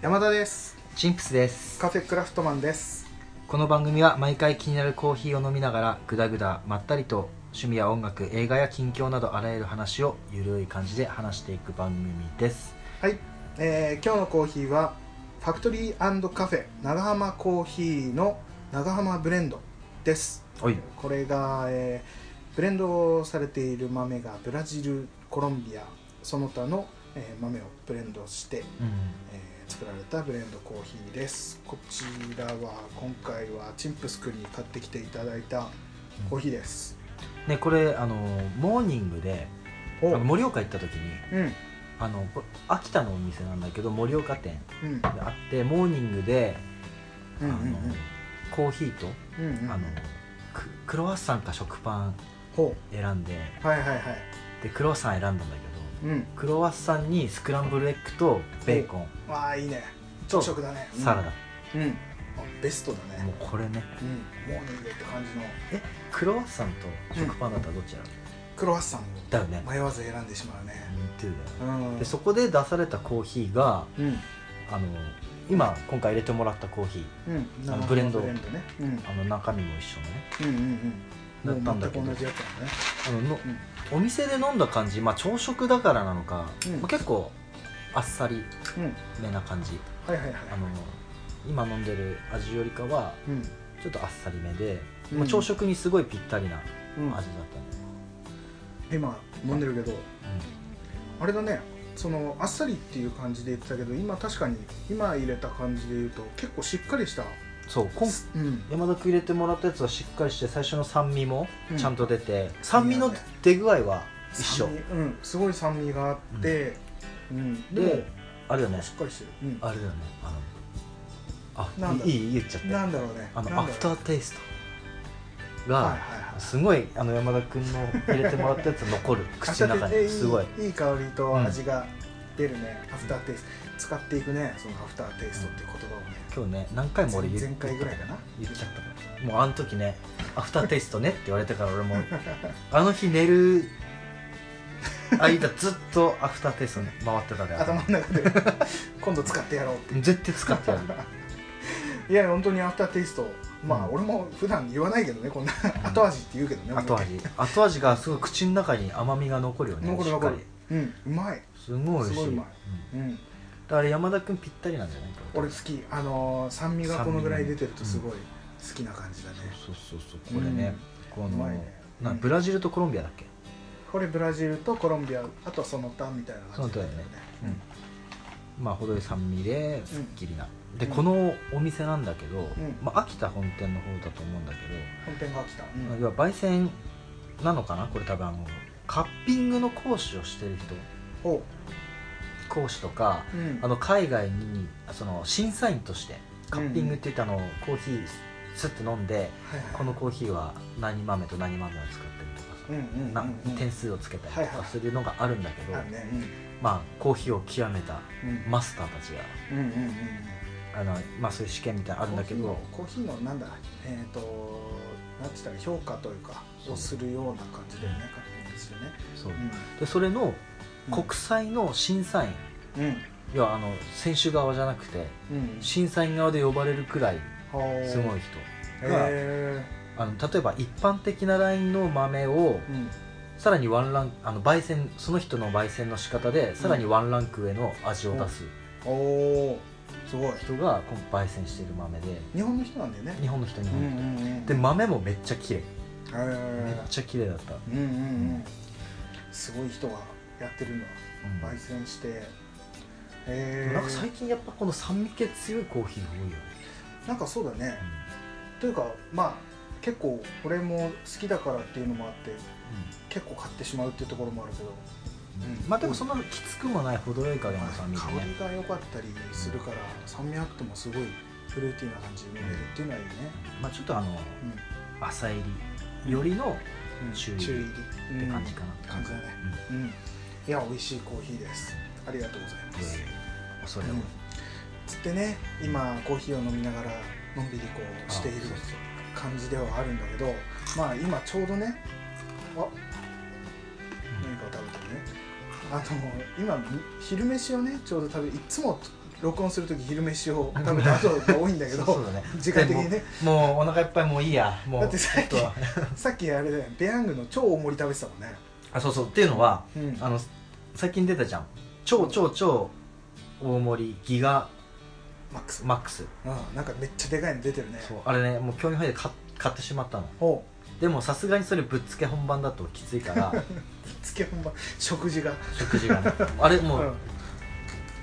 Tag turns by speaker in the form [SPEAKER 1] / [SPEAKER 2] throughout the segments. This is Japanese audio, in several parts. [SPEAKER 1] 山田です
[SPEAKER 2] チンプスです
[SPEAKER 1] カフェクラフトマンです
[SPEAKER 2] この番組は毎回気になるコーヒーを飲みながらぐだぐだまったりと趣味や音楽映画や近況などあらゆる話をゆるい感じで話していく番組です
[SPEAKER 1] はい、えー今日のコーヒーはファクトリーカフェ長浜コーヒーの長浜ブレンドです
[SPEAKER 2] おい
[SPEAKER 1] これが、えーブレンドされている豆がブラジルコロンビアその他の、えー豆をブレンドして、
[SPEAKER 2] うん
[SPEAKER 1] えー作られたブレンドコーヒーですこちらは今回はチンプスクに買ってきていただいたコーヒーです、
[SPEAKER 2] ねこれあのモーニングであ
[SPEAKER 1] お
[SPEAKER 2] の
[SPEAKER 1] う
[SPEAKER 2] 盛岡行った時に
[SPEAKER 1] うん
[SPEAKER 2] あのこ秋田のお店なんだけど盛岡店
[SPEAKER 1] うん
[SPEAKER 2] であってモーニングで、
[SPEAKER 1] うんうん
[SPEAKER 2] あのコーヒーと、
[SPEAKER 1] うんうんうん
[SPEAKER 2] あのククロワッサンか食パン
[SPEAKER 1] ほ
[SPEAKER 2] 選んで
[SPEAKER 1] うはいはいはい
[SPEAKER 2] でクロワッサン選んだんだけど
[SPEAKER 1] うん
[SPEAKER 2] クロワッサンにスクランブルエッグとベーコン
[SPEAKER 1] わあいいね
[SPEAKER 2] と
[SPEAKER 1] 朝
[SPEAKER 2] サ
[SPEAKER 1] 食だね
[SPEAKER 2] ラダ、
[SPEAKER 1] うん、うんあベストだ
[SPEAKER 2] も
[SPEAKER 1] ね
[SPEAKER 2] うこれね
[SPEAKER 1] うんモーニングって感じの
[SPEAKER 2] クロワッサンと食パンだったらどっちやろ
[SPEAKER 1] クロワッサン
[SPEAKER 2] だよね
[SPEAKER 1] を迷わず選んでしまうね
[SPEAKER 2] 似てるだよね
[SPEAKER 1] うん
[SPEAKER 2] でそこで出されたコーヒーが
[SPEAKER 1] うん
[SPEAKER 2] あの今今回入れてもらったコーヒー
[SPEAKER 1] うん
[SPEAKER 2] あのブレンド
[SPEAKER 1] ブレンドねうん
[SPEAKER 2] あの中身も一緒のね
[SPEAKER 1] うんうんうん
[SPEAKER 2] だ
[SPEAKER 1] も
[SPEAKER 2] った
[SPEAKER 1] うん
[SPEAKER 2] だ
[SPEAKER 1] 全
[SPEAKER 2] けど
[SPEAKER 1] く同じやつだね
[SPEAKER 2] あののお店で飲んだ感じ、まあ、朝食だからなのか、
[SPEAKER 1] うん
[SPEAKER 2] まあ、結構あっさり
[SPEAKER 1] うん
[SPEAKER 2] めな感じ
[SPEAKER 1] はいはいはい
[SPEAKER 2] あの今飲んでる味よりかは
[SPEAKER 1] うん
[SPEAKER 2] ちょっとあっさりめで、
[SPEAKER 1] うん
[SPEAKER 2] まあ、朝食にすごいぴったりな
[SPEAKER 1] うん
[SPEAKER 2] 味だったね、
[SPEAKER 1] 今飲んでるけど
[SPEAKER 2] うん
[SPEAKER 1] あれだねそのあっさりっていう感じで言ってたけど今確かに今入れた感じで言うと結構しっかりした
[SPEAKER 2] そう今
[SPEAKER 1] うん
[SPEAKER 2] 山田君入れてもらったやつはしっかりして最初の酸味も
[SPEAKER 1] うん
[SPEAKER 2] ちゃんと出て、酸味
[SPEAKER 1] い
[SPEAKER 2] の
[SPEAKER 1] いよね
[SPEAKER 2] 出具合は一緒
[SPEAKER 1] 酸味うんすごい酸味があってうん
[SPEAKER 2] で
[SPEAKER 1] で
[SPEAKER 2] あれだよね
[SPEAKER 1] もしっかりしてるうん
[SPEAKER 2] あれだよねあの
[SPEAKER 1] な
[SPEAKER 2] あ
[SPEAKER 1] んだ
[SPEAKER 2] いいいい言っちゃって
[SPEAKER 1] なんだろうね。
[SPEAKER 2] あの
[SPEAKER 1] な
[SPEAKER 2] ア
[SPEAKER 1] んだろう
[SPEAKER 2] フターテイストが、
[SPEAKER 1] はいはいはい。
[SPEAKER 2] すごいあの山田君の入れてもらったやつ 残る口の中にすごい
[SPEAKER 1] アフターテイストいいいい香りと
[SPEAKER 2] うん
[SPEAKER 1] 味が出るね。アフターテイスト使っていくね。そのアフターテイストっていう言葉をね。
[SPEAKER 2] 今日ね何回も俺言っ
[SPEAKER 1] 前前回ぐらいかな。
[SPEAKER 2] 言っちゃったからもうあの時ねアフターテイス トねって言われてから俺もあの日寝る間ずっとアフターテイストね回ってたで
[SPEAKER 1] 頭の中で 今度使ってやろうっていう。
[SPEAKER 2] 絶対使ってやる
[SPEAKER 1] いや本当にアフターテイスト。まあ
[SPEAKER 2] うん
[SPEAKER 1] 俺も普段言わないけどね。こんな後味って言うけどね。俺
[SPEAKER 2] 後。味後味がすごい口の中に甘みが残るよね
[SPEAKER 1] 残る残る
[SPEAKER 2] しっか。
[SPEAKER 1] うんうまい。
[SPEAKER 2] りすごい美味し
[SPEAKER 1] す
[SPEAKER 2] い
[SPEAKER 1] ごいうまい
[SPEAKER 2] ん
[SPEAKER 1] うん。
[SPEAKER 2] だから山田君ぴったりなんじゃないか
[SPEAKER 1] 俺好き。あのー酸味がこのぐらい出てるとすごい好きな感じだね。
[SPEAKER 2] そうそうそうそうこれね、こ
[SPEAKER 1] う
[SPEAKER 2] の
[SPEAKER 1] まいね
[SPEAKER 2] な
[SPEAKER 1] うん
[SPEAKER 2] ブラジルとコロンビアだっけ、
[SPEAKER 1] これブラジルとコロンビアあとはその他みたいな感じだよね
[SPEAKER 2] その他だよねまあ、程よい酸味ですっきりな、で
[SPEAKER 1] うん
[SPEAKER 2] このお店なんだけど、
[SPEAKER 1] ん
[SPEAKER 2] まあ、秋田本店の方だと思うんだけど、
[SPEAKER 1] 本店が来た、うん
[SPEAKER 2] まあ要は焙煎なのかなこれ多分あのカッピングの講師をしてる人
[SPEAKER 1] おう、
[SPEAKER 2] 講師とか
[SPEAKER 1] うん
[SPEAKER 2] あの海外にその審査員としてカッピングって言ってあのコーヒースッて飲んで
[SPEAKER 1] はいはい
[SPEAKER 2] このコーヒーは何豆と何豆を使ってるとかさ
[SPEAKER 1] うんうんうん
[SPEAKER 2] な
[SPEAKER 1] うん
[SPEAKER 2] 点数をつけたりとかするのがあるんだけど、
[SPEAKER 1] あるね
[SPEAKER 2] まあ、コーヒーを極めた
[SPEAKER 1] うんうん
[SPEAKER 2] マスターたちが
[SPEAKER 1] うんうんうんうん
[SPEAKER 2] あの、まあ、そういう試験みたいなのあるんだけど
[SPEAKER 1] コーヒーのコーヒーのなんだえっ、となんて言ったら評価というかをするような感じだよねカッピングしてね
[SPEAKER 2] そうでそれの国際の審査員、
[SPEAKER 1] うん
[SPEAKER 2] 要はあの選手側じゃなくて
[SPEAKER 1] うんうん
[SPEAKER 2] 審査員側で呼ばれるくらいすごい
[SPEAKER 1] へ
[SPEAKER 2] 人
[SPEAKER 1] え
[SPEAKER 2] あの例えば一般的なラインの豆を
[SPEAKER 1] うん
[SPEAKER 2] さらにワンランクあの焙煎その人の焙煎の仕方でさらにワンランク上の味を出す
[SPEAKER 1] おおすごい
[SPEAKER 2] 人が今焙煎している豆で
[SPEAKER 1] 日本の人なんだよね
[SPEAKER 2] 日本の人日
[SPEAKER 1] うん
[SPEAKER 2] 本
[SPEAKER 1] う
[SPEAKER 2] の
[SPEAKER 1] ん
[SPEAKER 2] 人、
[SPEAKER 1] うん
[SPEAKER 2] で豆もめっちゃ綺麗
[SPEAKER 1] へー
[SPEAKER 2] めっちゃ綺麗だった、
[SPEAKER 1] うんうんう
[SPEAKER 2] うんん
[SPEAKER 1] すごい人がやってるの
[SPEAKER 2] うん
[SPEAKER 1] 焙煎してへえ
[SPEAKER 2] なんか最近やっぱこの酸味系強いコーヒーが多いよね、
[SPEAKER 1] なんかそうだねというかまあ結構俺も好きだからっていうのもあって結構買ってしまうっていうところもあるけどうん
[SPEAKER 2] まあでもそんなきつくもない程よい加減の酸味
[SPEAKER 1] 香
[SPEAKER 2] でね
[SPEAKER 1] りが良かったりするから酸味あってもすごいフルーティーな感じに飲めるっていうのはいいね
[SPEAKER 2] まあちょっとあの
[SPEAKER 1] うん
[SPEAKER 2] 浅入りよりの
[SPEAKER 1] うん
[SPEAKER 2] 中入り
[SPEAKER 1] 中入り
[SPEAKER 2] って感じかな、
[SPEAKER 1] うん感じだね
[SPEAKER 2] うん
[SPEAKER 1] うんいや美味しいコーヒーですありがとうございま
[SPEAKER 2] い
[SPEAKER 1] す
[SPEAKER 2] やいや恐れ多い、
[SPEAKER 1] うんつってね今コーヒーを飲みながらのんびりこうしている
[SPEAKER 2] あそう
[SPEAKER 1] 感じではあるんだけどまあ今ちょうどねあ何かを食べてるねあの今昼飯をねちょうど食べいつも録音する時昼飯を食べた後が多いんだけど
[SPEAKER 2] そうだね
[SPEAKER 1] 時間的にね
[SPEAKER 2] でももうお腹いっぱいもういいやもう
[SPEAKER 1] だってさっき
[SPEAKER 2] ちょと
[SPEAKER 1] さっきあれだよねペヤングの超大盛り食べてたもんね
[SPEAKER 2] あそうそうっていうのは
[SPEAKER 1] うん
[SPEAKER 2] あの最近出たじゃん超超超大盛りギガ
[SPEAKER 1] マックス
[SPEAKER 2] マックス
[SPEAKER 1] うんなんかめっちゃでかいの出てるね
[SPEAKER 2] そうあれねもう興味本位で買買ってしまったの
[SPEAKER 1] おう
[SPEAKER 2] でもさすがにそれぶっつけ本番だときついから
[SPEAKER 1] つけ本番食事が
[SPEAKER 2] 食事がねあれも
[SPEAKER 1] う
[SPEAKER 2] うん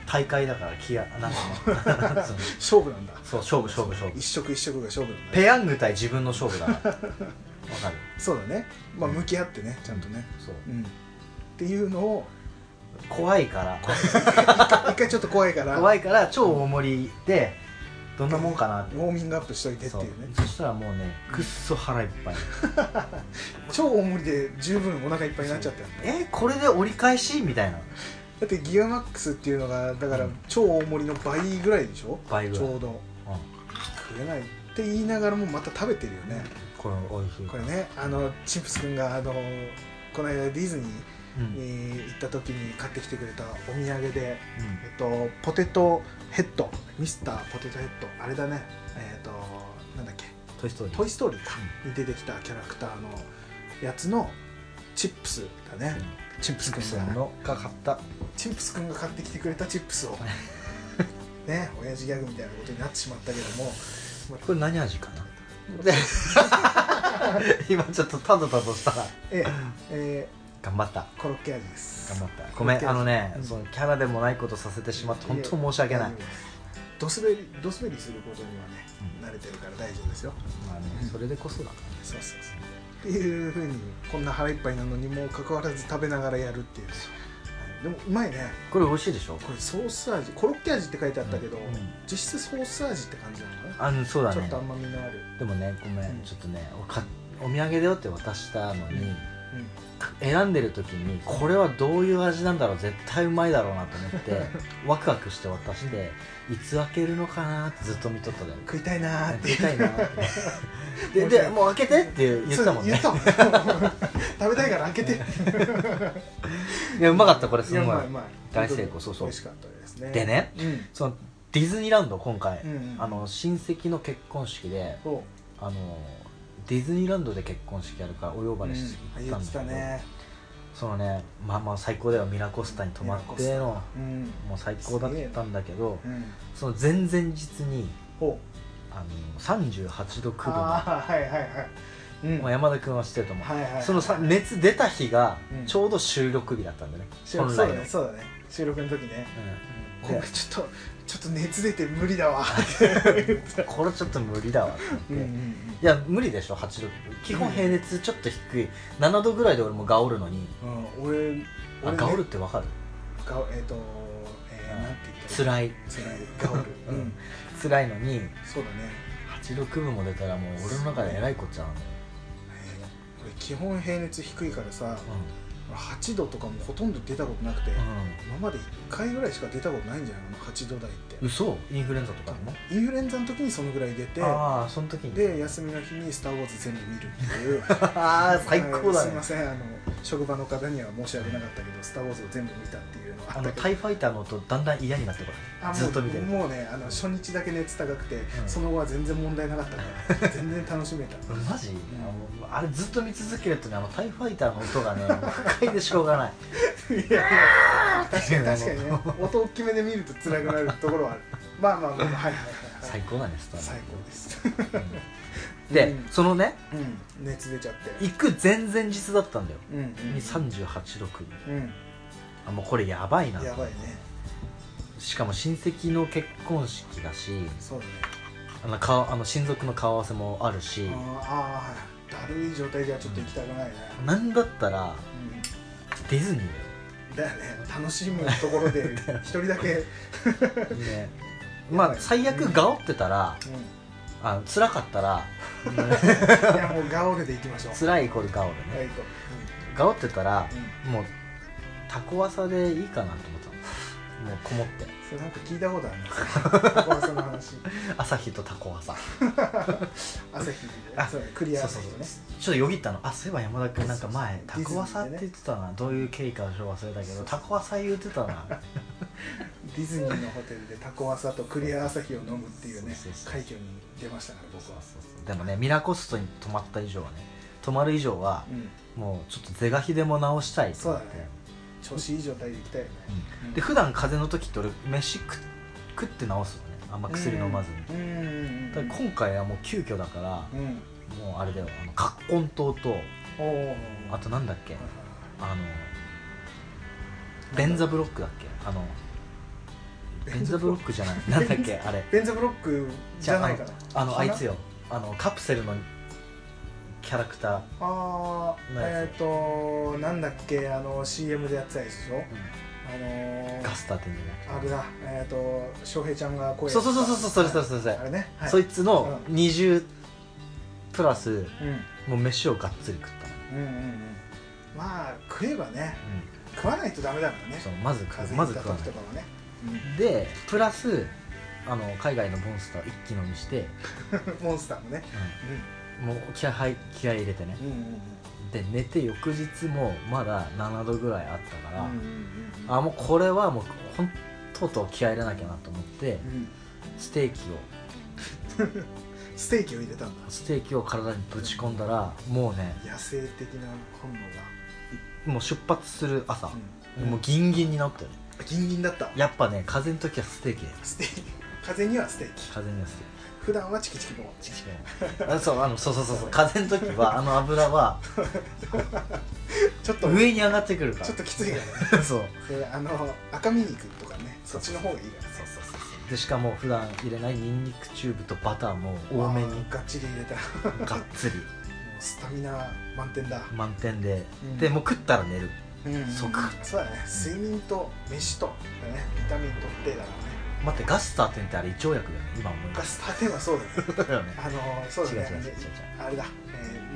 [SPEAKER 2] 大会だから気がなんか ね
[SPEAKER 1] 勝負なんだ
[SPEAKER 2] そうそう勝負勝負勝負
[SPEAKER 1] 一食一食が勝負なんだ
[SPEAKER 2] ペ
[SPEAKER 1] ね
[SPEAKER 2] ヤング対自分の勝負だからわかる
[SPEAKER 1] そうだねまあ向き合ってねちゃんとね
[SPEAKER 2] そう
[SPEAKER 1] うんっていうの を
[SPEAKER 2] 怖いから
[SPEAKER 1] 一回ちょっと怖いから
[SPEAKER 2] 怖いから超大盛りでどんなもんかなって
[SPEAKER 1] ウォーミングアップしといてって
[SPEAKER 2] そう
[SPEAKER 1] いうね
[SPEAKER 2] そしたらもうねくっそ腹いっぱい
[SPEAKER 1] 超大盛りで十分お腹いっぱいになっちゃったよ
[SPEAKER 2] えこれで折り返しみたいな
[SPEAKER 1] だってギガマックスっていうのがだから
[SPEAKER 2] うん
[SPEAKER 1] 超大盛りの倍ぐらいでしょ
[SPEAKER 2] 倍ぐらい
[SPEAKER 1] ちょうど食えないって言いながらもまた食べてるよね
[SPEAKER 2] これ美味しい
[SPEAKER 1] これねあのチンプス君があのこの間ディズニ
[SPEAKER 2] うん
[SPEAKER 1] ーに行った時に買ってきてくれたお土産で、
[SPEAKER 2] うん
[SPEAKER 1] えっと、ポテトヘッドミスターポテトヘッドあれだねえっとなんだっけ
[SPEAKER 2] トイストーリ
[SPEAKER 1] 「
[SPEAKER 2] ー
[SPEAKER 1] トイ・ストーリーか」に出てきたキャラクターのやつのチップスだね、チンプス
[SPEAKER 2] チップ
[SPEAKER 1] 君
[SPEAKER 2] ス
[SPEAKER 1] が
[SPEAKER 2] のが買った
[SPEAKER 1] チンプス君が買ってきてくれたチップス をね親父ギャグみたいなことになってしまったけども
[SPEAKER 2] これ何味か な今ちょっとタドタドしたら
[SPEAKER 1] えええ
[SPEAKER 2] 頑張った
[SPEAKER 1] えコロッケ味です
[SPEAKER 2] 頑張ったごめんあのね、
[SPEAKER 1] うん
[SPEAKER 2] そのキャラでもないことさせてしまって本当申し訳ない
[SPEAKER 1] ややドスベリドスベリすることにはね、
[SPEAKER 2] うん
[SPEAKER 1] 慣れてるから大丈夫ですよ
[SPEAKER 2] まあねそれでこそだから
[SPEAKER 1] そうそうそうっていうふうにこんな腹いっぱいなのにもかかわらず食べながらやるっていうはいでもうまいね
[SPEAKER 2] これ美味しいでしょ
[SPEAKER 1] これソース味コロッケ味って書いてあったけど、
[SPEAKER 2] うんうん
[SPEAKER 1] 実質ソース味って感じなのかな
[SPEAKER 2] あのそうだ
[SPEAKER 1] ちょっ
[SPEAKER 2] ね
[SPEAKER 1] と甘みのある、
[SPEAKER 2] でもねごめん、
[SPEAKER 1] うん
[SPEAKER 2] ちょっとねおかお土産だよって渡したのに、
[SPEAKER 1] うん
[SPEAKER 2] 選んでる時にこれはどういう味なんだろう絶対うまいだろうなと思って ワクワクして渡して、いつ開けるのかなってずっと見とったで
[SPEAKER 1] 食いたいなーって
[SPEAKER 2] 食いたいなってで
[SPEAKER 1] 面白
[SPEAKER 2] で
[SPEAKER 1] い
[SPEAKER 2] もう開けてって 言ってたもんね
[SPEAKER 1] そう言ったもん 食べたいから開けて
[SPEAKER 2] いやうまかったこれすごい
[SPEAKER 1] やうまいうまい
[SPEAKER 2] 大成功そうそう
[SPEAKER 1] 美味しかったですね
[SPEAKER 2] でね
[SPEAKER 1] うん
[SPEAKER 2] そのディズニーランド今回、
[SPEAKER 1] うんうん
[SPEAKER 2] あの親戚の結婚式で
[SPEAKER 1] そう
[SPEAKER 2] あのディズニーランドで結婚式やるからお呼ばれして
[SPEAKER 1] うん
[SPEAKER 2] 行
[SPEAKER 1] 言
[SPEAKER 2] っ
[SPEAKER 1] ったてた
[SPEAKER 2] んだけど、
[SPEAKER 1] ね
[SPEAKER 2] そのねまあまあ最高だよミラコスタに泊まって
[SPEAKER 1] ミラ
[SPEAKER 2] の
[SPEAKER 1] うん
[SPEAKER 2] もう最高だったんだけど
[SPEAKER 1] うん
[SPEAKER 2] その前々日に
[SPEAKER 1] ほう
[SPEAKER 2] あの38度9分の
[SPEAKER 1] ああはいはいはいうん
[SPEAKER 2] まあ、山田君は知ってると思う、
[SPEAKER 1] はいはいはい
[SPEAKER 2] そのさ熱出た日が
[SPEAKER 1] うん
[SPEAKER 2] ちょうど収録日だったんだね、
[SPEAKER 1] そう
[SPEAKER 2] 本
[SPEAKER 1] そう
[SPEAKER 2] 来
[SPEAKER 1] だ
[SPEAKER 2] の、
[SPEAKER 1] ねそうだね収録の時ね
[SPEAKER 2] うん
[SPEAKER 1] ごめんちょっとちょっと熱出て無理だ わ
[SPEAKER 2] でこれちょっと無理だわって思って、
[SPEAKER 1] うんうん
[SPEAKER 2] い
[SPEAKER 1] うん
[SPEAKER 2] や無理でしょ8度基本平熱ちょっと低い7度ぐらいで俺もガオるのに
[SPEAKER 1] うん俺
[SPEAKER 2] あ
[SPEAKER 1] 俺ね
[SPEAKER 2] ガオるってわかる
[SPEAKER 1] ガオえっとえーなんて言ったらい
[SPEAKER 2] 辛い
[SPEAKER 1] い辛いガオル
[SPEAKER 2] う
[SPEAKER 1] うんん
[SPEAKER 2] 辛いのに
[SPEAKER 1] そうだね
[SPEAKER 2] 8度9分も出たらもう俺の中でえらいこっちゃなのよ、
[SPEAKER 1] えー俺基本平熱低いからさ
[SPEAKER 2] うん
[SPEAKER 1] 8度とかもほとんど出たことなくて
[SPEAKER 2] う
[SPEAKER 1] 今まで1回ぐらいしか出たことないんじゃないの8度台って
[SPEAKER 2] ん、嘘インフルエンザとかでも
[SPEAKER 1] インフルエンザの時にそのぐらい出て
[SPEAKER 2] ああその時に
[SPEAKER 1] で休みの日に「スター・ウォーズ」全部見るっていう
[SPEAKER 2] ああ 最高だ
[SPEAKER 1] はいすい
[SPEAKER 2] ね
[SPEAKER 1] ませんあの職場の方には申し訳なかったけど「スター・ウォーズ」を全部見たっていうのは
[SPEAKER 2] あ
[SPEAKER 1] あっ
[SPEAKER 2] の
[SPEAKER 1] たけ
[SPEAKER 2] タ
[SPEAKER 1] ど
[SPEAKER 2] イファイターの音だんだん嫌になってこ
[SPEAKER 1] あもう
[SPEAKER 2] ないずっと見てる
[SPEAKER 1] もうねあの初日だけ熱高くて、
[SPEAKER 2] ん
[SPEAKER 1] その後は全然問題なかった から全然楽しめた
[SPEAKER 2] マジ、あのあれずっと見続けるとねあのタイファイターの音がねもう不快でしょうがない
[SPEAKER 1] いやいや確かに確かにね音大きめで見ると辛くなるところはあるまあまあまあはいはいはい、は
[SPEAKER 2] 最
[SPEAKER 1] い、
[SPEAKER 2] 高だねスター
[SPEAKER 1] 最高です
[SPEAKER 2] ので、
[SPEAKER 1] うん
[SPEAKER 2] そのね
[SPEAKER 1] うん熱出ちゃって
[SPEAKER 2] 行く前々日だったんだよ
[SPEAKER 1] うんうん
[SPEAKER 2] に38度9
[SPEAKER 1] うん
[SPEAKER 2] あもうこれやばいな
[SPEAKER 1] やばいね
[SPEAKER 2] しかも親戚の結婚式だし
[SPEAKER 1] そうだね
[SPEAKER 2] あの顔あの親族の顔合わせもあるし
[SPEAKER 1] ああーはいだるい状態ではちょっと行きたくないね、
[SPEAKER 2] なんだったら
[SPEAKER 1] う
[SPEAKER 2] ディズニー
[SPEAKER 1] ん、だよね楽しむところで一人 だけ、うん、
[SPEAKER 2] だよ、ね、 まあ最悪ガオってたらあの辛かっ たら
[SPEAKER 1] いやもうガオルで行きましょう
[SPEAKER 2] 辛いイコールガオでね、
[SPEAKER 1] はいと
[SPEAKER 2] ガオってたら
[SPEAKER 1] うん、うん、
[SPEAKER 2] もうタコワサでいいかなと思ってたのもうこもって
[SPEAKER 1] それなんか聞いたことある な怖さの話
[SPEAKER 2] 朝日とタコワサ
[SPEAKER 1] 朝日
[SPEAKER 2] あ
[SPEAKER 1] そうクリア朝日ね
[SPEAKER 2] ちょっとよぎったのあそういえば山田君なんか前
[SPEAKER 1] そ
[SPEAKER 2] タ
[SPEAKER 1] うそう
[SPEAKER 2] コワサ
[SPEAKER 1] デ
[SPEAKER 2] って
[SPEAKER 1] ィズニーでね
[SPEAKER 2] 言ってたなどういう経緯かはちょっと忘れたけ
[SPEAKER 1] そうそ
[SPEAKER 2] ど
[SPEAKER 1] う
[SPEAKER 2] タコワサ言ってたな
[SPEAKER 1] ディズニーのホテルでタコ朝とクリア朝日を飲むっていうね
[SPEAKER 2] そうそうそう
[SPEAKER 1] 快挙に出ましたから僕
[SPEAKER 2] そう
[SPEAKER 1] は
[SPEAKER 2] そうそうでもねミラコストに泊まった以上はね泊まる以上は
[SPEAKER 1] うん
[SPEAKER 2] もうちょっと是が非でも直したいと思って
[SPEAKER 1] そうだね調子いい状態で行きたいよね
[SPEAKER 2] うんで普段風邪の時って俺飯食っ食って治すのねあんま薬飲まずに、
[SPEAKER 1] うんうんうん
[SPEAKER 2] ただ今回はもう急遽だから、
[SPEAKER 1] うんうん
[SPEAKER 2] もうあれだよあの葛根糖と
[SPEAKER 1] おー
[SPEAKER 2] あとなんだっけ、
[SPEAKER 1] はいはい
[SPEAKER 2] あの
[SPEAKER 1] はい
[SPEAKER 2] ベンザブロックだっけあのベンザブロッ クじゃないなんだっけあれ
[SPEAKER 1] ベンザブロックじゃないかな
[SPEAKER 2] あのあ
[SPEAKER 1] 花
[SPEAKER 2] いつよあのカプセルのキャラクター
[SPEAKER 1] あー
[SPEAKER 2] のや
[SPEAKER 1] え
[SPEAKER 2] つ
[SPEAKER 1] っ、となんだっけあの CM でやってたやつでしょあのー
[SPEAKER 2] ガスターってんじゃな
[SPEAKER 1] あ
[SPEAKER 2] い
[SPEAKER 1] れだえっ、と翔平ちゃんが声
[SPEAKER 2] そうそうそうそうそうそれそれそれそれ
[SPEAKER 1] あれね、はい、
[SPEAKER 2] そいつの20プラス
[SPEAKER 1] うんうん
[SPEAKER 2] もう飯をがっつり食ったの
[SPEAKER 1] うんうんまあ食えばね
[SPEAKER 2] う
[SPEAKER 1] 食わないとダメだからね
[SPEAKER 2] んそうまず食う
[SPEAKER 1] 風
[SPEAKER 2] ま
[SPEAKER 1] 邪
[SPEAKER 2] ず
[SPEAKER 1] ひい
[SPEAKER 2] 食
[SPEAKER 1] た
[SPEAKER 2] わ
[SPEAKER 1] 時
[SPEAKER 2] な
[SPEAKER 1] と
[SPEAKER 2] い
[SPEAKER 1] かはね、
[SPEAKER 2] でプラスあの海外のモンスターを一気飲みして、
[SPEAKER 1] うんモンスターもね
[SPEAKER 2] うんもう気合入気合入れてね
[SPEAKER 1] うんうんうん
[SPEAKER 2] で寝て翌日もまだ7度ぐらいあったから、
[SPEAKER 1] うんうんうんうん
[SPEAKER 2] あもうこれはもうほんとうとう気合入れなきゃなと思って
[SPEAKER 1] うん
[SPEAKER 2] ステーキ
[SPEAKER 1] ステーキを入れたんだ
[SPEAKER 2] をステーキを体にぶち込んだらもうね
[SPEAKER 1] 野生的な本能
[SPEAKER 2] もう出発する朝
[SPEAKER 1] が、、
[SPEAKER 2] もうギンギンになったよね
[SPEAKER 1] ギンギンだった
[SPEAKER 2] やっぱね風邪の時はステーキだよ
[SPEAKER 1] ステーキ風邪にはステーキ
[SPEAKER 2] 風邪にはステーキ
[SPEAKER 1] 普段はチキチキボーン
[SPEAKER 2] チキチキあそうあのそうそうそうそう風邪の時はあの油は
[SPEAKER 1] ちょっと
[SPEAKER 2] 上に上がってくるから
[SPEAKER 1] ちょっときついからね
[SPEAKER 2] そう
[SPEAKER 1] それあの赤身肉とかねそっちの方がいいから
[SPEAKER 2] そうそうそうそうでしかも普段入れないニンニクチューブとバターも多めに
[SPEAKER 1] あーがっちり入れたも
[SPEAKER 2] がっつり
[SPEAKER 1] うスタミナ満点だ、
[SPEAKER 2] 満点で、
[SPEAKER 1] うん
[SPEAKER 2] でもう食ったら寝る
[SPEAKER 1] うんうんうん
[SPEAKER 2] 即
[SPEAKER 1] そうだね睡眠と飯とだねビタミンとってだからね
[SPEAKER 2] 待ってガスターテンってあれ胃腸薬だよね今思い出
[SPEAKER 1] ガ
[SPEAKER 2] し
[SPEAKER 1] スターテンはそうだ ね
[SPEAKER 2] ただよね
[SPEAKER 1] あのそうだね
[SPEAKER 2] 違う違う違う違う
[SPEAKER 1] あれだ、えー、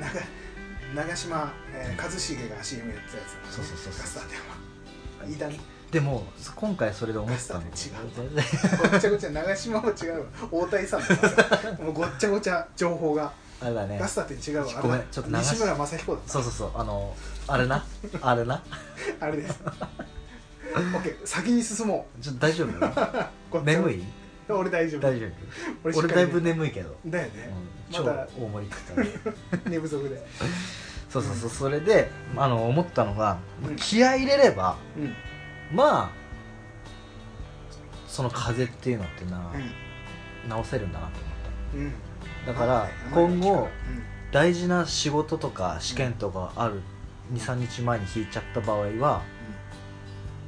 [SPEAKER 1] 長長嶋、えー、一茂が CM やってたやつ
[SPEAKER 2] そうそうそうそう
[SPEAKER 1] ガスターテンはいいだね
[SPEAKER 2] でも今回それで思ったの
[SPEAKER 1] ガスターテ
[SPEAKER 2] 全然
[SPEAKER 1] ごっちゃごちゃ長島も違うわ大谷さんだからもうごっちゃごちゃ情報が、
[SPEAKER 2] あれだね
[SPEAKER 1] ガスターって違うわあれだ
[SPEAKER 2] ごめんちょっと流し
[SPEAKER 1] 西村雅彦だ
[SPEAKER 2] そうそうそうあのあれな あれな
[SPEAKER 1] あれです OK 先に進も
[SPEAKER 2] ちょっと大丈夫
[SPEAKER 1] うごっちゃご
[SPEAKER 2] 眠
[SPEAKER 1] ち
[SPEAKER 2] い
[SPEAKER 1] ゃ俺大丈夫
[SPEAKER 2] 大丈夫
[SPEAKER 1] しっか
[SPEAKER 2] 俺
[SPEAKER 1] り
[SPEAKER 2] だいぶ眠いけど、うん、
[SPEAKER 1] だよね、
[SPEAKER 2] 超
[SPEAKER 1] まだ
[SPEAKER 2] 大盛り食ったね
[SPEAKER 1] 寝不足で
[SPEAKER 2] そうそうそうそれであの思ったのが
[SPEAKER 1] うん
[SPEAKER 2] 気合い入れれば
[SPEAKER 1] うんうん
[SPEAKER 2] まあその風邪っていうのってな、治せるんだなと思っ
[SPEAKER 1] うん
[SPEAKER 2] ただから
[SPEAKER 1] まあ
[SPEAKER 2] 今後大事な仕事とか試験とかある23日前に引いちゃった場合は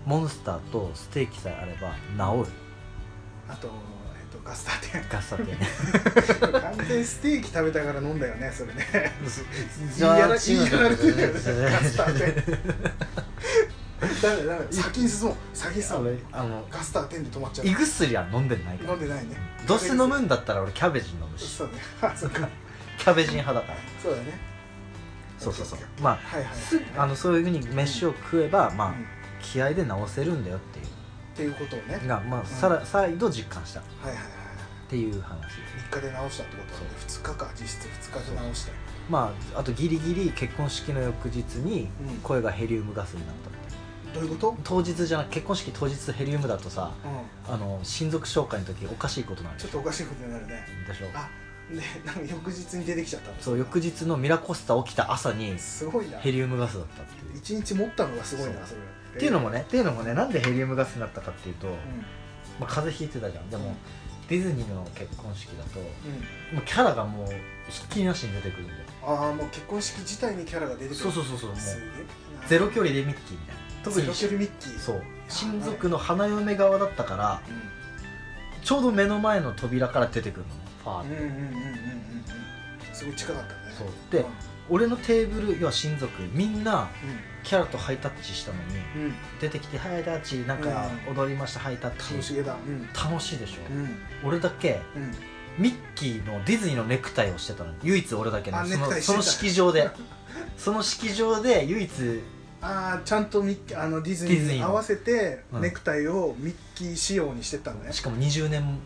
[SPEAKER 2] モンスターとステーキさえあれば治る
[SPEAKER 1] あと,、えっとガスター
[SPEAKER 2] ガスタってね
[SPEAKER 1] テン 完全にステーキ食べたから飲んだよねそれね
[SPEAKER 2] じゃあ
[SPEAKER 1] いいやら
[SPEAKER 2] チーム
[SPEAKER 1] いいやられてるよね
[SPEAKER 2] ガスター テン
[SPEAKER 1] ダメだダメだ先に進もう先に進もう
[SPEAKER 2] あの
[SPEAKER 1] ガスターテンで止まっちゃう
[SPEAKER 2] 胃薬は飲んでないか
[SPEAKER 1] 飲
[SPEAKER 2] ら
[SPEAKER 1] んでないね
[SPEAKER 2] どうせ飲むんだったら俺キャベジン飲むし
[SPEAKER 1] そうね あそっか
[SPEAKER 2] キャベジン派だから
[SPEAKER 1] そうだね
[SPEAKER 2] そうそうそうまあ
[SPEAKER 1] はいはい
[SPEAKER 2] すあのそういうふうに飯を食えば、まあ、気合で治せるんだよってい
[SPEAKER 1] っていうことをねはいう
[SPEAKER 2] が、まあ、さら再度実感したっ
[SPEAKER 1] はいはい
[SPEAKER 2] ていう話
[SPEAKER 1] 3日で直したってことはね2日か実質2日で直した
[SPEAKER 2] まああとギリギリ結婚式の翌日に
[SPEAKER 1] うん
[SPEAKER 2] 声がヘリウムガスになったって
[SPEAKER 1] どういうこと
[SPEAKER 2] 当日じゃなく結婚式当日ヘリウムだとさ
[SPEAKER 1] うん
[SPEAKER 2] あの親族紹介の時おかしいことになる
[SPEAKER 1] ちょっとおかしいことになるね
[SPEAKER 2] でしょ
[SPEAKER 1] あねなんか翌日に出てきちゃったの
[SPEAKER 2] そう翌日のミラコスタ起きた朝に
[SPEAKER 1] すごいな
[SPEAKER 2] ヘリウムガスだったっていう
[SPEAKER 1] 一日持ったのがすごいなそ
[SPEAKER 2] そ
[SPEAKER 1] れ
[SPEAKER 2] っていうのもねっていうのもねなんでヘリウムガスになったかっていうと、
[SPEAKER 1] う
[SPEAKER 2] まあ、風邪ひいてたじゃんでもディズニーの結婚式だと
[SPEAKER 1] んうん
[SPEAKER 2] もうキャラがもうひっきりなしに出てくるんだよ
[SPEAKER 1] ああもう結婚式自体にキャラが出てくる
[SPEAKER 2] そうそうそうそうもう
[SPEAKER 1] すげえな
[SPEAKER 2] ゼロ距離でミッキーみたいな特
[SPEAKER 1] ゼロ
[SPEAKER 2] に
[SPEAKER 1] 距離ミッキー
[SPEAKER 2] そう親族の花嫁側だったからちょうど目の前の扉から出てくるのねファ
[SPEAKER 1] う
[SPEAKER 2] ーっ
[SPEAKER 1] ん
[SPEAKER 2] て、
[SPEAKER 1] うんうんうんうんうんうんすごい近かったね
[SPEAKER 2] そう
[SPEAKER 1] う
[SPEAKER 2] で
[SPEAKER 1] ん
[SPEAKER 2] 俺のテーブル要は親族みんなキャラとハイタッチしたのに
[SPEAKER 1] うんうん
[SPEAKER 2] 出てきて「ハイタッチ」なんか踊りました、ハイタッ
[SPEAKER 1] 楽し
[SPEAKER 2] チ
[SPEAKER 1] げだうん
[SPEAKER 2] 楽しいでしょ、
[SPEAKER 1] うん
[SPEAKER 2] 俺だけ
[SPEAKER 1] うん
[SPEAKER 2] ミッキーのディズニーのネクタイをしてたの唯一俺だけ
[SPEAKER 1] あ
[SPEAKER 2] のそ
[SPEAKER 1] ネク
[SPEAKER 2] の
[SPEAKER 1] タイして
[SPEAKER 2] そ
[SPEAKER 1] た
[SPEAKER 2] の式場でその式場で唯一
[SPEAKER 1] ああちゃんとミッキーあのディズニ
[SPEAKER 2] ディズ
[SPEAKER 1] ー
[SPEAKER 2] ニー
[SPEAKER 1] に
[SPEAKER 2] の
[SPEAKER 1] 合わせて
[SPEAKER 2] うん
[SPEAKER 1] ネクタイをミッキー仕様にしてったのね
[SPEAKER 2] しかも20年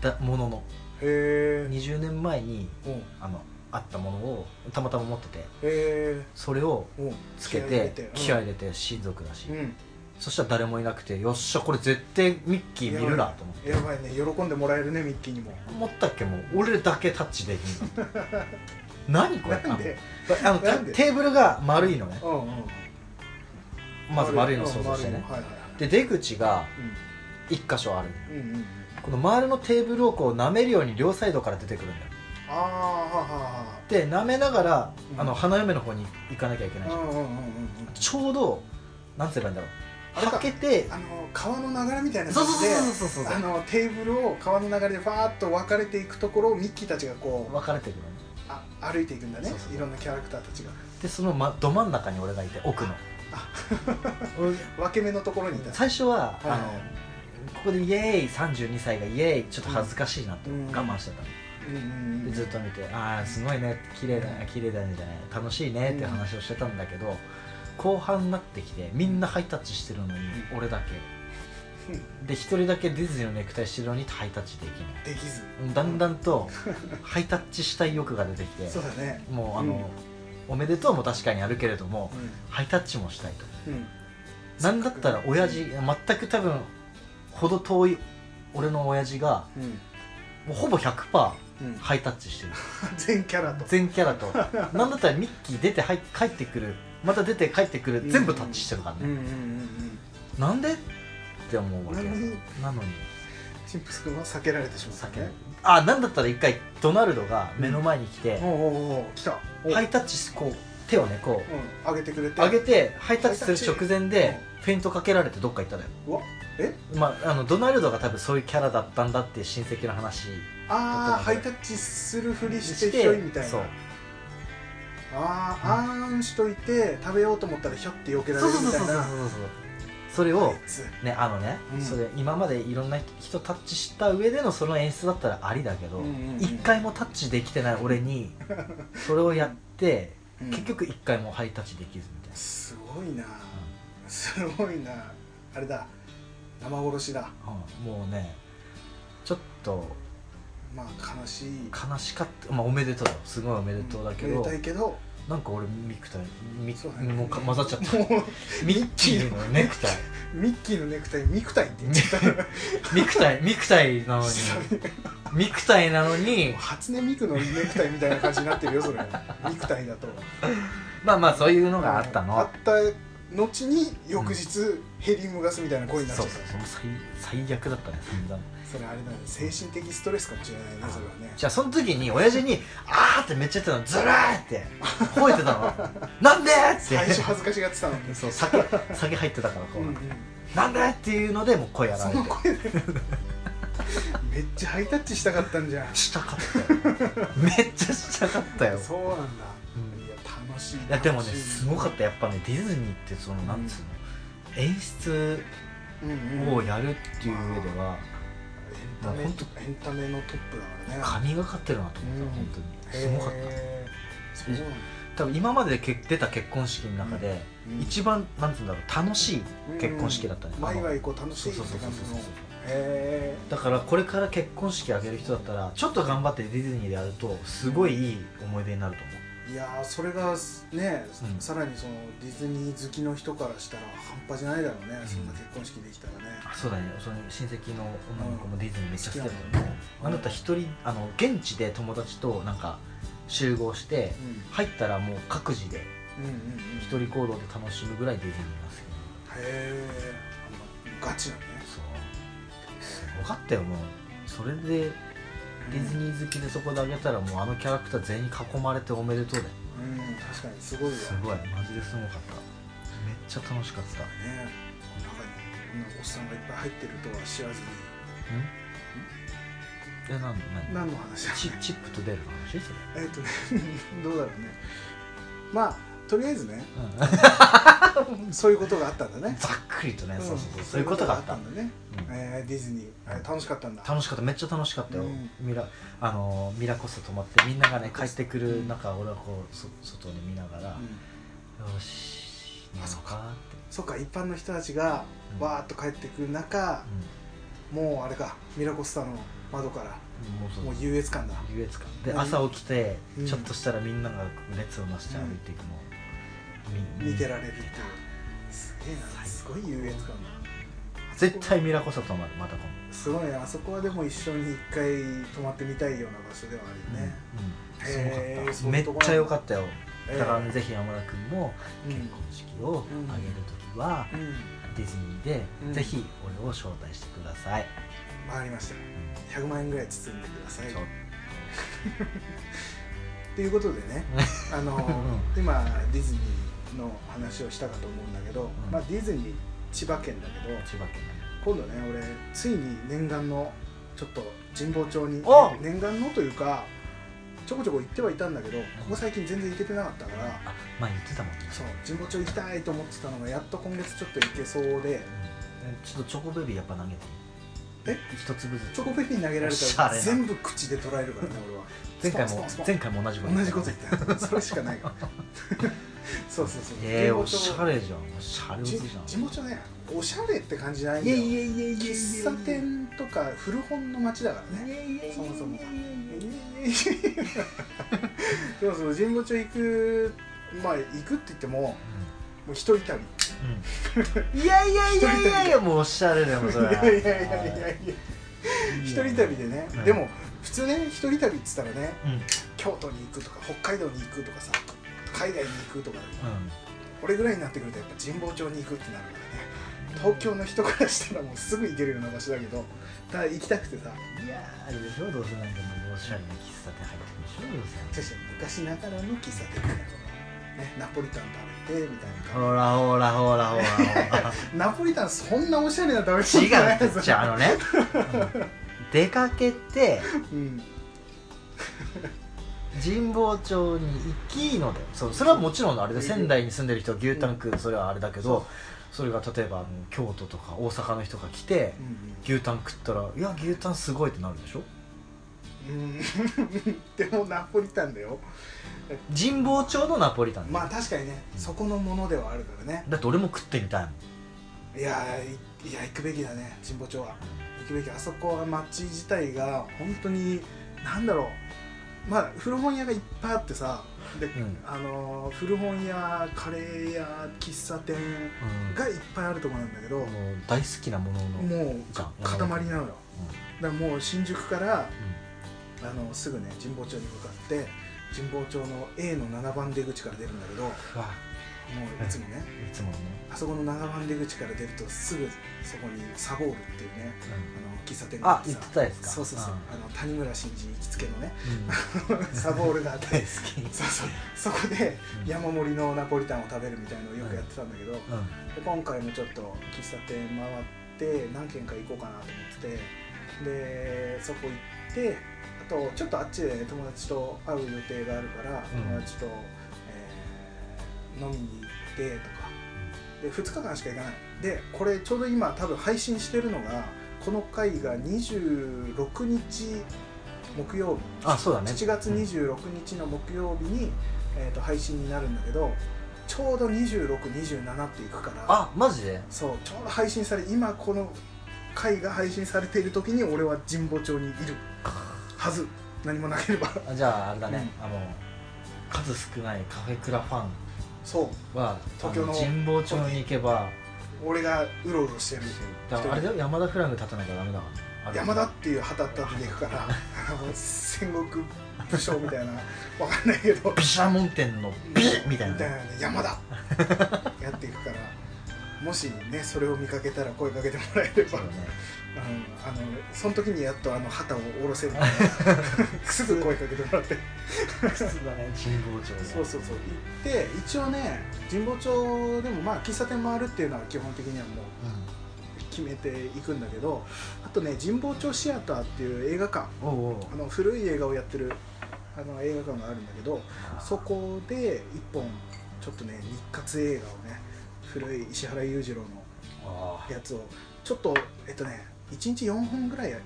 [SPEAKER 2] だものの
[SPEAKER 1] へえ
[SPEAKER 2] 20年前に
[SPEAKER 1] うんへ
[SPEAKER 2] あのあったものをたまたま持ってて
[SPEAKER 1] え
[SPEAKER 2] それを
[SPEAKER 1] うん
[SPEAKER 2] つけ
[SPEAKER 1] 気合い入れ
[SPEAKER 2] て
[SPEAKER 1] て
[SPEAKER 2] 気合い入れて親族だし
[SPEAKER 1] うん
[SPEAKER 2] そしたら誰もいなくてよっしゃこれ絶対ミッキー見るなと思って
[SPEAKER 1] やばいね喜んでもらえるねミッキーにも
[SPEAKER 2] 思ったっけもう俺だけタッチできん の何これ
[SPEAKER 1] なんで
[SPEAKER 2] あの
[SPEAKER 1] なんで
[SPEAKER 2] テーブルが丸いのね
[SPEAKER 1] うんうん
[SPEAKER 2] まず丸いの想像してね
[SPEAKER 1] 丸いのはいはい
[SPEAKER 2] で出口が1箇所ある
[SPEAKER 1] うんうんうんうん
[SPEAKER 2] この周りのテーブルをこう舐めるように両サイドから出てくるんだよ
[SPEAKER 1] ああはは
[SPEAKER 2] で舐めながら、
[SPEAKER 1] うん
[SPEAKER 2] あの花嫁の方に行かなきゃいけない
[SPEAKER 1] は
[SPEAKER 2] じゃん、
[SPEAKER 1] うんうんうんうんうん
[SPEAKER 2] ちょうどなんて言えばいいんだろ
[SPEAKER 1] あれ
[SPEAKER 2] う
[SPEAKER 1] か
[SPEAKER 2] はけて
[SPEAKER 1] あの川の流れみたいな
[SPEAKER 2] そう
[SPEAKER 1] 感
[SPEAKER 2] そう
[SPEAKER 1] じで
[SPEAKER 2] そうそうそう
[SPEAKER 1] あのテーブルを川の流れでファーッと分かれていくところをミッキーたちがこう
[SPEAKER 2] 分かれてくるのね
[SPEAKER 1] あ歩いていくんだね
[SPEAKER 2] そうそうそう
[SPEAKER 1] いろんなキャラクターたちが
[SPEAKER 2] でその、ま、ど真ん中に俺がいて奥の
[SPEAKER 1] あ
[SPEAKER 2] 俺
[SPEAKER 1] 分け目のところにいた
[SPEAKER 2] 最初は、
[SPEAKER 1] はいはい
[SPEAKER 2] あのここでイエーイ32歳がイエーイちょっと恥ずかしいなって
[SPEAKER 1] うん
[SPEAKER 2] 我慢してた、
[SPEAKER 1] うんうんう
[SPEAKER 2] で
[SPEAKER 1] ん
[SPEAKER 2] ずっと見て「ああすごいね綺麗だね綺麗だね」じゃない楽しいねって話をしてたんだけど、後半になってきてみんなハイタッチしてるのに俺だけ、で一人だけディズニーのネクタイしてるのにハイタッチできな
[SPEAKER 1] できず
[SPEAKER 2] いだんだんとハイタッチしたい欲が出てきて
[SPEAKER 1] そうだね
[SPEAKER 2] もうあの、おめでとうも確かにあるけれどもハイタッチもしたいと
[SPEAKER 1] うんうん
[SPEAKER 2] なんだったら親父全く多分ほど遠い俺の親父が
[SPEAKER 1] うん
[SPEAKER 2] もうほぼ100%
[SPEAKER 1] うん
[SPEAKER 2] ハイタッチしてる
[SPEAKER 1] 全キャラと
[SPEAKER 2] 全キャラとなんだったらミッキー出て入っ帰ってくるまた出て帰ってくる全部タッチしてるから
[SPEAKER 1] うんう
[SPEAKER 2] ね、
[SPEAKER 1] んうんうん
[SPEAKER 2] なんでって思うわけ
[SPEAKER 1] なのに
[SPEAKER 2] なのに
[SPEAKER 1] チンプス君は避けられてしまった
[SPEAKER 2] 酒
[SPEAKER 1] ね
[SPEAKER 2] あなんだったら一回ドナルドが目の前に来て
[SPEAKER 1] お、うおうおう来たおう
[SPEAKER 2] ハイタッチしこう手をねこう
[SPEAKER 1] うん上げてくれて
[SPEAKER 2] 上げてハイタッチする直前
[SPEAKER 1] ハイ
[SPEAKER 2] で
[SPEAKER 1] タッチ
[SPEAKER 2] フェイントかけられてどっか行ったのよ、
[SPEAKER 1] うわえ
[SPEAKER 2] まあ、あのドナルドが多分そういうキャラだったんだっていう親戚の話
[SPEAKER 1] ああ
[SPEAKER 2] ちょ
[SPEAKER 1] ハ
[SPEAKER 2] っと待って
[SPEAKER 1] イタッチするふりしてひょいみたい
[SPEAKER 2] そう
[SPEAKER 1] なあああーんしといて食べようと思ったらひょって避けられ
[SPEAKER 2] そう
[SPEAKER 1] る
[SPEAKER 2] そうそ
[SPEAKER 1] み
[SPEAKER 2] う
[SPEAKER 1] たい
[SPEAKER 2] そうそう
[SPEAKER 1] な
[SPEAKER 2] そうそれを
[SPEAKER 1] あいつ
[SPEAKER 2] ねあのね、
[SPEAKER 1] うん
[SPEAKER 2] それ今までいろんな人タッチした上でのその演出だったらありだけど
[SPEAKER 1] うんうんうん
[SPEAKER 2] 一、回もタッチできてない 俺にそれをやって、
[SPEAKER 1] うん
[SPEAKER 2] 結局一回もハイタッチできずみたい
[SPEAKER 1] すごいなすごいなあれだ生殺しだ
[SPEAKER 2] な、うんもうねちょっと
[SPEAKER 1] まあ悲しい
[SPEAKER 2] 悲しかった、まあ、おめでとうだよすごいおめでとうだけ
[SPEAKER 1] め
[SPEAKER 2] ど、
[SPEAKER 1] でたいけど
[SPEAKER 2] なんか俺ミクタイミ
[SPEAKER 1] そうだね
[SPEAKER 2] もうか混ざっちゃった
[SPEAKER 1] もう
[SPEAKER 2] ミッキーのネクタイ
[SPEAKER 1] ミッキーのネクタイミクタイって言っちゃった
[SPEAKER 2] ミクタイミクタイなのにミクタイなのに
[SPEAKER 1] 初音ミクのネクタイみたいな感じになってるよそれミクタイだと
[SPEAKER 2] まあまあそういうのがあった
[SPEAKER 1] あ
[SPEAKER 2] の
[SPEAKER 1] った後に翌日、ヘリウムガスみたいな声になっちゃ
[SPEAKER 2] そ
[SPEAKER 1] っ
[SPEAKER 2] う
[SPEAKER 1] た
[SPEAKER 2] そ
[SPEAKER 1] そう
[SPEAKER 2] そうもう最最悪だったね散々
[SPEAKER 1] れあれだね精神的ストレスかもしれないねそれはね
[SPEAKER 2] じゃあその時に親父に「あー」ってめっちゃ言ってたのずるーって吠えてたの 「なんで?」って
[SPEAKER 1] 最初恥ずかしがってたのに
[SPEAKER 2] そう酒酒入ってたからこう、
[SPEAKER 1] うんうん
[SPEAKER 2] なんでっていうのでもう声やら
[SPEAKER 1] そ
[SPEAKER 2] れて
[SPEAKER 1] の声でめっちゃハイタッチしたかったんじゃん
[SPEAKER 2] したかったよめっちゃしたかったよ
[SPEAKER 1] そうなんだ、
[SPEAKER 2] うん
[SPEAKER 1] いや楽しい
[SPEAKER 2] いやでもね
[SPEAKER 1] 楽し
[SPEAKER 2] すごかったやっぱねディズニーってそのなんつうの、演出
[SPEAKER 1] うんうん
[SPEAKER 2] を
[SPEAKER 1] エン
[SPEAKER 2] やるっていう上では
[SPEAKER 1] タメ
[SPEAKER 2] ほんと
[SPEAKER 1] エンタメのトップだからね
[SPEAKER 2] 神がかってるなと思った、
[SPEAKER 1] うん
[SPEAKER 2] 本当にすごかった
[SPEAKER 1] へーそうなんだ
[SPEAKER 2] 多分今までけ出た結婚式の中で、
[SPEAKER 1] うん
[SPEAKER 2] 一番なんつうんだろう楽しい結婚式だったね、
[SPEAKER 1] ワイワ
[SPEAKER 2] あの
[SPEAKER 1] イこう楽しいって感じの
[SPEAKER 2] そうそうそうそうそう
[SPEAKER 1] へ
[SPEAKER 2] だからこれから結婚式挙げる人だったらちょっと頑張ってディズニーでやるとすごいいい思い出になると思う
[SPEAKER 1] えいやーそれがね、
[SPEAKER 2] うん
[SPEAKER 1] さらにそのディズニー好きの人からしたら半端じゃないだろうね、
[SPEAKER 2] うん
[SPEAKER 1] そんな結婚式できたらね
[SPEAKER 2] あそうだねその親戚の女の子もディズニーめっちゃ好きだった
[SPEAKER 1] うん
[SPEAKER 2] もんねあなた一人あの現地で友達となんか集合して
[SPEAKER 1] うん
[SPEAKER 2] 入ったらもう各自で
[SPEAKER 1] うんうんうん
[SPEAKER 2] 一人行動で楽しむぐらいディズニーが
[SPEAKER 1] へ
[SPEAKER 2] 好き
[SPEAKER 1] えガチだね
[SPEAKER 2] そうすごかったよもうそれでディズニー好きでそこであげたらもうあのキャラクター全員に囲まれておめでとうで
[SPEAKER 1] うん、うん、確かにすごいわ
[SPEAKER 2] すごいマジですごかっためっちゃ楽しかった
[SPEAKER 1] ね中にこんなおっさんがいっぱい入ってるとは知らずに
[SPEAKER 2] えなん何
[SPEAKER 1] 何の 話だ
[SPEAKER 2] チチップと出るの話それ
[SPEAKER 1] えっとね どうだろうねまあとりあえずねそういうことがあったんだね
[SPEAKER 2] ざっくりとね、
[SPEAKER 1] ん
[SPEAKER 2] そうそうそうそういうことがあった、
[SPEAKER 1] んだね、
[SPEAKER 2] うん
[SPEAKER 1] えーディズニー、えー楽しかったんだ
[SPEAKER 2] 楽しかっためっちゃ楽しかったよ、
[SPEAKER 1] うん
[SPEAKER 2] ミラあのーミラコスタ泊まってみんながね帰ってくる中俺はこうそ外に見ながら、
[SPEAKER 1] う
[SPEAKER 2] よ
[SPEAKER 1] ん
[SPEAKER 2] し
[SPEAKER 1] あそう
[SPEAKER 2] か
[SPEAKER 1] そっか一般の人たちが
[SPEAKER 2] うん
[SPEAKER 1] わーっと帰ってくる中、もうあれかミラコスタの窓から
[SPEAKER 2] って、うん、もうそう
[SPEAKER 1] もう優越感だ
[SPEAKER 2] 優越感で
[SPEAKER 1] うん
[SPEAKER 2] 朝起きて、
[SPEAKER 1] うん
[SPEAKER 2] ちょっとしたらみんなが列をなして歩いていくのを、み
[SPEAKER 1] 見てられるっていうすげえなすごい優越感だ
[SPEAKER 2] 絶対ミラコサ泊まるまた今度
[SPEAKER 1] すごいねあそこはでも一緒に一回泊まってみたいような場所ではあるよね、
[SPEAKER 2] うんうん、
[SPEAKER 1] へー
[SPEAKER 2] す
[SPEAKER 1] そ
[SPEAKER 2] ご
[SPEAKER 1] う
[SPEAKER 2] か
[SPEAKER 1] い
[SPEAKER 2] っ
[SPEAKER 1] う
[SPEAKER 2] た
[SPEAKER 1] と
[SPEAKER 2] め
[SPEAKER 1] こ
[SPEAKER 2] っちゃ良かったよ、
[SPEAKER 1] ええ
[SPEAKER 2] だからぜひ山田君も
[SPEAKER 1] うん
[SPEAKER 2] 結婚式を挙げる時は、
[SPEAKER 1] うん
[SPEAKER 2] ディズニーで、
[SPEAKER 1] うん
[SPEAKER 2] ぜひ俺を招待してください、
[SPEAKER 1] わかりました100万円ぐらい包んでください
[SPEAKER 2] ちょ
[SPEAKER 1] ということで ねあの、今ディズニーの話をしたかと思うんだけど、
[SPEAKER 2] うん
[SPEAKER 1] まあ、ディズニー千葉県だけど
[SPEAKER 2] 千葉県
[SPEAKER 1] 今度ね俺ついに念願のちょっと神保町に
[SPEAKER 2] お
[SPEAKER 1] 念願のというかちょこちょこ行ってはいたんだけどここ最近全然行けてなかったから
[SPEAKER 2] あまあ言ってたもんね
[SPEAKER 1] そう神保町行きたいと思ってたのがやっと今月ちょっと行けそうで
[SPEAKER 2] うんちょっとチョコベビーやっぱ投げていい
[SPEAKER 1] え
[SPEAKER 2] 一粒ずつ
[SPEAKER 1] チョコベビー投げら
[SPEAKER 2] お
[SPEAKER 1] れ
[SPEAKER 2] したゃ
[SPEAKER 1] ら
[SPEAKER 2] れな
[SPEAKER 1] 全部口で捉えるからね俺は
[SPEAKER 2] 前回
[SPEAKER 1] スポ
[SPEAKER 2] も
[SPEAKER 1] ンスポンスポン
[SPEAKER 2] 前回も同じこと
[SPEAKER 1] 同じこと
[SPEAKER 2] 言
[SPEAKER 1] 言
[SPEAKER 2] って
[SPEAKER 1] ったよそ れしかないからそうそうそう
[SPEAKER 2] ええおしゃ
[SPEAKER 1] ゃれ
[SPEAKER 2] れじゃんおしゃれおじじゃん
[SPEAKER 1] 地元ねおしゃれって感じないんだ
[SPEAKER 2] い
[SPEAKER 1] よ
[SPEAKER 2] やいやいやいやいやいや
[SPEAKER 1] 喫茶店とか古本の街だからねそもそも そうそう神保町行くまあ行くって言ってももう一人旅
[SPEAKER 2] うんいやいやいやいやいやもうおしゃれだよもうそ
[SPEAKER 1] い
[SPEAKER 2] れ
[SPEAKER 1] やいやいやいやいや一人旅でね
[SPEAKER 2] うん
[SPEAKER 1] でも普通ね一人旅って言ったらね
[SPEAKER 2] うんうん
[SPEAKER 1] 京都に行くとか北海道に行くとかさ海外に行くとかこれぐらいになってくるとやっぱ神保町に行くってなるからね東京の人からしたらもうすぐ行けるような場所だけどただ行きたくてさ
[SPEAKER 2] いやーあれでしょどうせなんかもうおしゃれな喫茶店入ってるでしょどうせ
[SPEAKER 1] 確かに昔ながらの喫茶店みたいなとこねナポリタン食べてみたいな感
[SPEAKER 2] ほらほらほらほらほら
[SPEAKER 1] じナポリタンそんなおしゃれな食べ方じゃない
[SPEAKER 2] 違うじゃああのね、うん出かけて
[SPEAKER 1] うん
[SPEAKER 2] 神保町に行きのだよそうそれはもちろんあれで
[SPEAKER 1] うん
[SPEAKER 2] 仙台に住んでる人は牛タン食うそれはあれだけどそれが例えばあの京都とか大阪の人が来て
[SPEAKER 1] う
[SPEAKER 2] 牛タン食ったら「いや牛タンすごい」ってなるでしょ
[SPEAKER 1] ん、うん、でもナポリタンだよ
[SPEAKER 2] 神保町のナポリタンだ
[SPEAKER 1] ま
[SPEAKER 2] よ
[SPEAKER 1] あ確かにねそこのものではあるからね
[SPEAKER 2] だって俺も食ってみたいもん
[SPEAKER 1] いやーいいや行くべきだね神保町は行くべきあそこは街自体が本当になんだろうまあ古本屋がいっぱいあってさで、
[SPEAKER 2] ん
[SPEAKER 1] あのー古本屋カレー屋喫茶店
[SPEAKER 2] うん
[SPEAKER 1] がいっぱいあるとこなんだけど、
[SPEAKER 2] もう大好きなものの
[SPEAKER 1] もう
[SPEAKER 2] じゃん
[SPEAKER 1] 塊なのよだか
[SPEAKER 2] うん
[SPEAKER 1] らもう新宿からあのすぐね神保町に向かって神保町の A の7番出口から出るんだけども
[SPEAKER 2] うわ
[SPEAKER 1] ういつもね
[SPEAKER 2] いつものね、
[SPEAKER 1] あそこの7番出口から出るとすぐそこにサボールっていうねあの喫茶店が
[SPEAKER 2] あ言ってたやつか
[SPEAKER 1] そうそうそう、
[SPEAKER 2] う
[SPEAKER 1] あの谷村新司行きつけのね
[SPEAKER 2] うん
[SPEAKER 1] サボールがあって
[SPEAKER 2] 大好
[SPEAKER 1] そうそうそこで
[SPEAKER 2] うん
[SPEAKER 1] 山盛りのナポリタンを食べるみたいのをよくやってたんだけど、
[SPEAKER 2] き、うん
[SPEAKER 1] で今回もちょっと喫茶店回って何軒か行こうかなと思っててでそこ行ってあとちょっとあっちでね、友達と会う予定があるから、
[SPEAKER 2] うん
[SPEAKER 1] 友達と、えー飲みに行ってとかで2日間しか行かないでこれちょうど今多分配信してるのがこの回が26日木曜日
[SPEAKER 2] あそうだね
[SPEAKER 1] 7月26日の木曜日に、えー、と配信になるんだけどちょうど2627っていくから
[SPEAKER 2] あマジで
[SPEAKER 1] そうちょうど配信され今この回が配信されている時に俺は神保町にいるはず何もなければ
[SPEAKER 2] あじゃああれだね、あの数少ないカフェクラファン
[SPEAKER 1] そう
[SPEAKER 2] は
[SPEAKER 1] 東京の
[SPEAKER 2] あ神保町に行けば
[SPEAKER 1] 俺がうろうろしてる
[SPEAKER 2] だからあれだよ山田フラグ立たなきゃダメだから
[SPEAKER 1] 山田っていう旗立っていくからあ の戦国武将みたいなわかんないけど
[SPEAKER 2] 毘沙門天のビッみたいな
[SPEAKER 1] みたいなね山 だやっていくからもしねそれを見かけたら声かけてもらえれば、
[SPEAKER 2] そうだね
[SPEAKER 1] あのあのその時にやっとあの旗を下ろせるから すぐ声かけてもらって
[SPEAKER 2] 神保町
[SPEAKER 1] そうそうそう行って一応ね神保町でもまあ喫茶店回るっていうのは基本的にはもう
[SPEAKER 2] う
[SPEAKER 1] 決めていくんだけどあとね神保町シアターっていう映画館
[SPEAKER 2] ん、おうおう
[SPEAKER 1] あの古い映画をやってるあの映画館があるんだけどそこで一本ちょっとね日活映画をね古い石原裕次郎の
[SPEAKER 2] ああ
[SPEAKER 1] やつをちょっとえっとね1日4本ぐらい
[SPEAKER 2] うん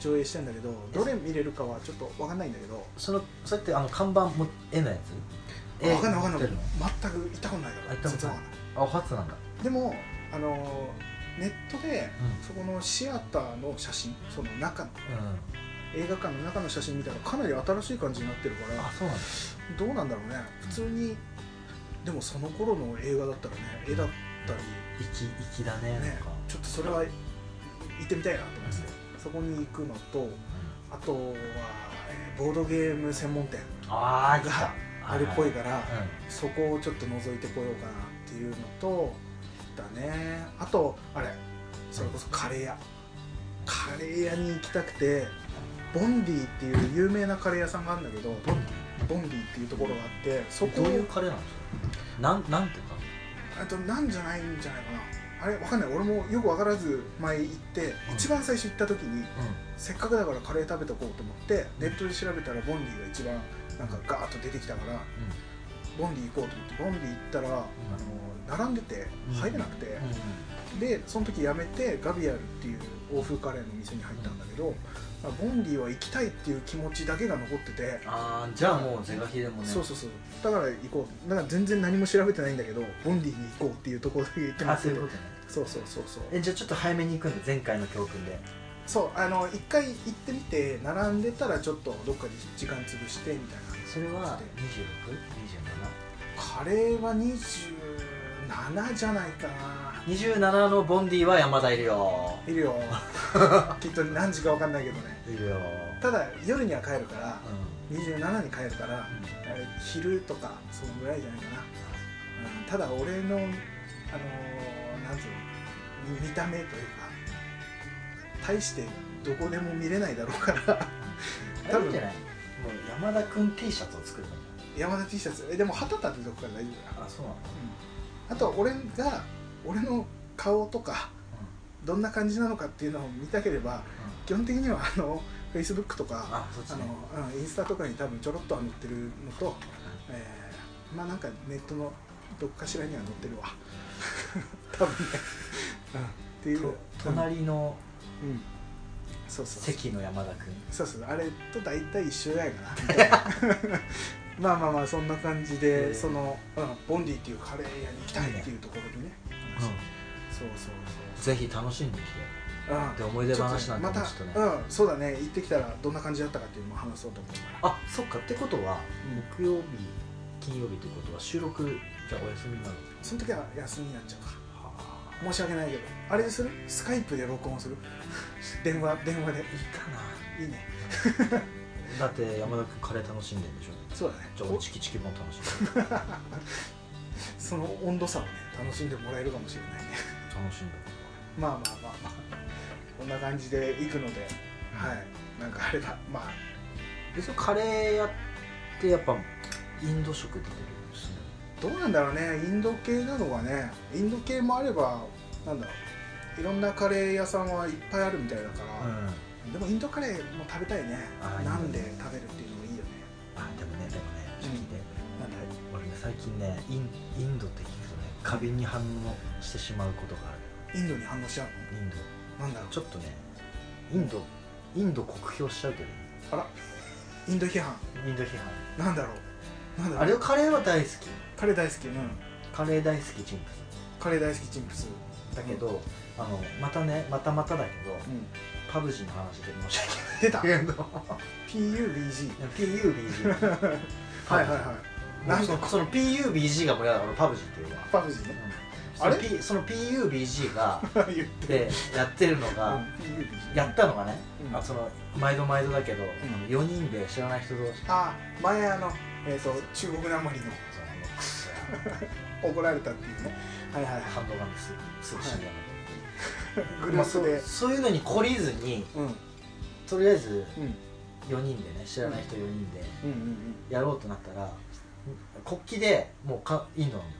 [SPEAKER 1] 上映してんだけどどれ見れるかはちょっとわかんないんだけど
[SPEAKER 2] そのそれってあの看板も絵のやつ
[SPEAKER 1] わかんないわかんない
[SPEAKER 2] 絵持ってるの
[SPEAKER 1] 全く行ったことないか
[SPEAKER 2] あ
[SPEAKER 1] ら
[SPEAKER 2] 行ったことな
[SPEAKER 1] 全然わかん
[SPEAKER 2] い
[SPEAKER 1] な
[SPEAKER 2] あお初なんだ
[SPEAKER 1] いでもあのネットで
[SPEAKER 2] う
[SPEAKER 1] そこのシアターの写真その中の
[SPEAKER 2] ん、うん、
[SPEAKER 1] 映画館の中の写真見たらかなり新しい感じになってるから
[SPEAKER 2] あそうなんだ
[SPEAKER 1] どうなんだろうね普通にでもその頃の映画だったらね絵だっったり、
[SPEAKER 2] 粋粋だねなん
[SPEAKER 1] ね
[SPEAKER 2] か、
[SPEAKER 1] ちょっとそれは行ってみたいなと思って、そこに行くのと
[SPEAKER 2] うん
[SPEAKER 1] あとは、えーボードゲーム専門店
[SPEAKER 2] ああ来た
[SPEAKER 1] あるっぽい
[SPEAKER 2] か
[SPEAKER 1] から、そこをちょっと覗いてこようかなっていうのとだねあとあれそれこそカレー屋カレー屋に行きたくてボンディっていう有名なカレー屋さんがあるんだけど
[SPEAKER 2] うん、
[SPEAKER 1] ボンディっていうところがあってそこ
[SPEAKER 2] どういうカレーなんですかなんなんていうか
[SPEAKER 1] あとなんじゃないんじゃないかなあれわかんない俺もよく分からず前行って、
[SPEAKER 2] うん
[SPEAKER 1] 一番最初行った時に
[SPEAKER 2] うん
[SPEAKER 1] せっかくだからカレー食べとこうと思ってネットで調べたらボンディが一番なんかガーッと出てきたからボンディ行こうと思ってボンディ行ったら、あの並んでて
[SPEAKER 2] うん
[SPEAKER 1] 入れなくて、
[SPEAKER 2] うん
[SPEAKER 1] でその時やめてガビアルっていう欧風カレーの店に入ったんだけど、まあボンディは行きたいっていう気持ちだけが残ってて、
[SPEAKER 2] ああじゃあもう是が非でもね
[SPEAKER 1] そうそうそうだから行こうだから全然何も調べてないんだけどボンディに行こうっていうところだけ行って
[SPEAKER 2] あ
[SPEAKER 1] ま
[SPEAKER 2] そう
[SPEAKER 1] す
[SPEAKER 2] いうことね
[SPEAKER 1] そうそうそうそう
[SPEAKER 2] えじゃあちょっと早めに行くんで前回の教訓で
[SPEAKER 1] そうあの一回行ってみて並んでたらちょっとどっかで時間潰してみたいな
[SPEAKER 2] それは 26?27?27
[SPEAKER 1] カレーは27じゃないかな
[SPEAKER 2] のボンディは山田いるよ
[SPEAKER 1] いるよ きっと何時か分かんないけどね
[SPEAKER 2] いるよ
[SPEAKER 1] ただ夜には帰るから
[SPEAKER 2] うん
[SPEAKER 1] 27に帰るから
[SPEAKER 2] うん
[SPEAKER 1] えー昼とかそのぐらいじゃないかな、うん、ただ俺のあのーなんつうの見見た目というか大してどこでも見れないだろうから
[SPEAKER 2] あれいいんじゃないもう山田君 T シャツを作る
[SPEAKER 1] 山田 T シャツえでも旗立てとくから大丈夫だ
[SPEAKER 2] あそうなの
[SPEAKER 1] あとは俺が俺の顔とかどんな感じなのかっていうのを見たければ基本的にはあの Facebook とか
[SPEAKER 2] あそっち
[SPEAKER 1] あ
[SPEAKER 2] ね
[SPEAKER 1] の、うん、インスタとかに多分ちょろっとは載ってるのと、えーまあなんかネットのどっかしらには載ってるわ 多分ね、うん、っていう
[SPEAKER 2] と隣の
[SPEAKER 1] うん、うんそうそうそう
[SPEAKER 2] 席の山田君
[SPEAKER 1] そうそうあれと大体一緒じゃないか なみたいなまあまあまあそんな感じで、
[SPEAKER 2] えー
[SPEAKER 1] その、うん、ボンディっていうカレー屋に行きたいっていうところでね、うんそうそうそう
[SPEAKER 2] ぜひ楽しんできて
[SPEAKER 1] うん
[SPEAKER 2] で思い出話なんかもちょっ
[SPEAKER 1] ち
[SPEAKER 2] と
[SPEAKER 1] ょっ
[SPEAKER 2] ね
[SPEAKER 1] とねまた、うん、そうだね行ってきたらどんな感じだったかっていうのも話そうと思うから
[SPEAKER 2] あそっかってことは木曜日金曜日ってことは収録じゃあお休みなの
[SPEAKER 1] その時は休みになっちゃうか
[SPEAKER 2] は
[SPEAKER 1] 申し訳ないけどあれでするスカイプで録音する 電話電話で
[SPEAKER 2] いいかない
[SPEAKER 1] いね
[SPEAKER 2] だって山田君カレー楽しんでんでしょ
[SPEAKER 1] そうだね
[SPEAKER 2] じゃあおチキチキも楽しんで
[SPEAKER 1] その温度差をね楽しんでもらえるかもしれないね
[SPEAKER 2] 楽しんで
[SPEAKER 1] まあまあまあまあこんな感じで行くのではいなんかあればまあ
[SPEAKER 2] でそのカレー屋ってやっぱインド食出てるんですね
[SPEAKER 1] どうなんだろうねインド系なのがねインド系もあればなんだろういろんなカレー屋さんはいっぱいあるみたいだから、
[SPEAKER 2] あ
[SPEAKER 1] でもインドカレーも食べたいね
[SPEAKER 2] あ
[SPEAKER 1] なんで食べるっていうのもいいよね
[SPEAKER 2] でもねでもねちょっと聞いて、
[SPEAKER 1] なんだろう
[SPEAKER 2] 俺ね最近ねインインドって聞くとね過敏に反応してしまうことがあ
[SPEAKER 1] インドに反応しちゃう
[SPEAKER 2] るインド
[SPEAKER 1] のなんだろう
[SPEAKER 2] ちょっとねインドインド酷評しちゃうけどね
[SPEAKER 1] あらインド批判
[SPEAKER 2] インド批
[SPEAKER 1] なんだろうなんだろう
[SPEAKER 2] 判あれはカレーは大好き
[SPEAKER 1] カレー大好きうん
[SPEAKER 2] カレー大好きチンプ
[SPEAKER 1] カレー大好きチンプス
[SPEAKER 2] スだけど、あのまたねまたまただけど
[SPEAKER 1] うん
[SPEAKER 2] パブジの話で申し訳ない
[SPEAKER 1] 出た
[SPEAKER 2] けど
[SPEAKER 1] PUBG
[SPEAKER 2] PUBG
[SPEAKER 1] はいはいはなんで
[SPEAKER 2] そのその PUBG が盛り上がる俺パブジっていうわ
[SPEAKER 1] いパブジね
[SPEAKER 2] その
[SPEAKER 1] あれ
[SPEAKER 2] P- その PUBG が
[SPEAKER 1] 言ってる
[SPEAKER 2] でやってるの
[SPEAKER 1] うん
[SPEAKER 2] が
[SPEAKER 1] PUBG
[SPEAKER 2] やったのがね、
[SPEAKER 1] うん
[SPEAKER 2] あその毎度毎度だけど、
[SPEAKER 1] ん
[SPEAKER 2] あの4人で知らない人同士
[SPEAKER 1] あ前あのえっと中国なまりの
[SPEAKER 2] そのあのクソ
[SPEAKER 1] 怒られたっていうねはいはい
[SPEAKER 2] 感動がですすぐ死んだの、
[SPEAKER 1] グループ
[SPEAKER 2] まあ
[SPEAKER 1] で
[SPEAKER 2] そうそういうのに懲りずに
[SPEAKER 1] うん
[SPEAKER 2] とりあえず
[SPEAKER 1] うん
[SPEAKER 2] 4人でね知らない人4人で
[SPEAKER 1] うんうん
[SPEAKER 2] やろうとなったら国旗でもうかインドなんだよ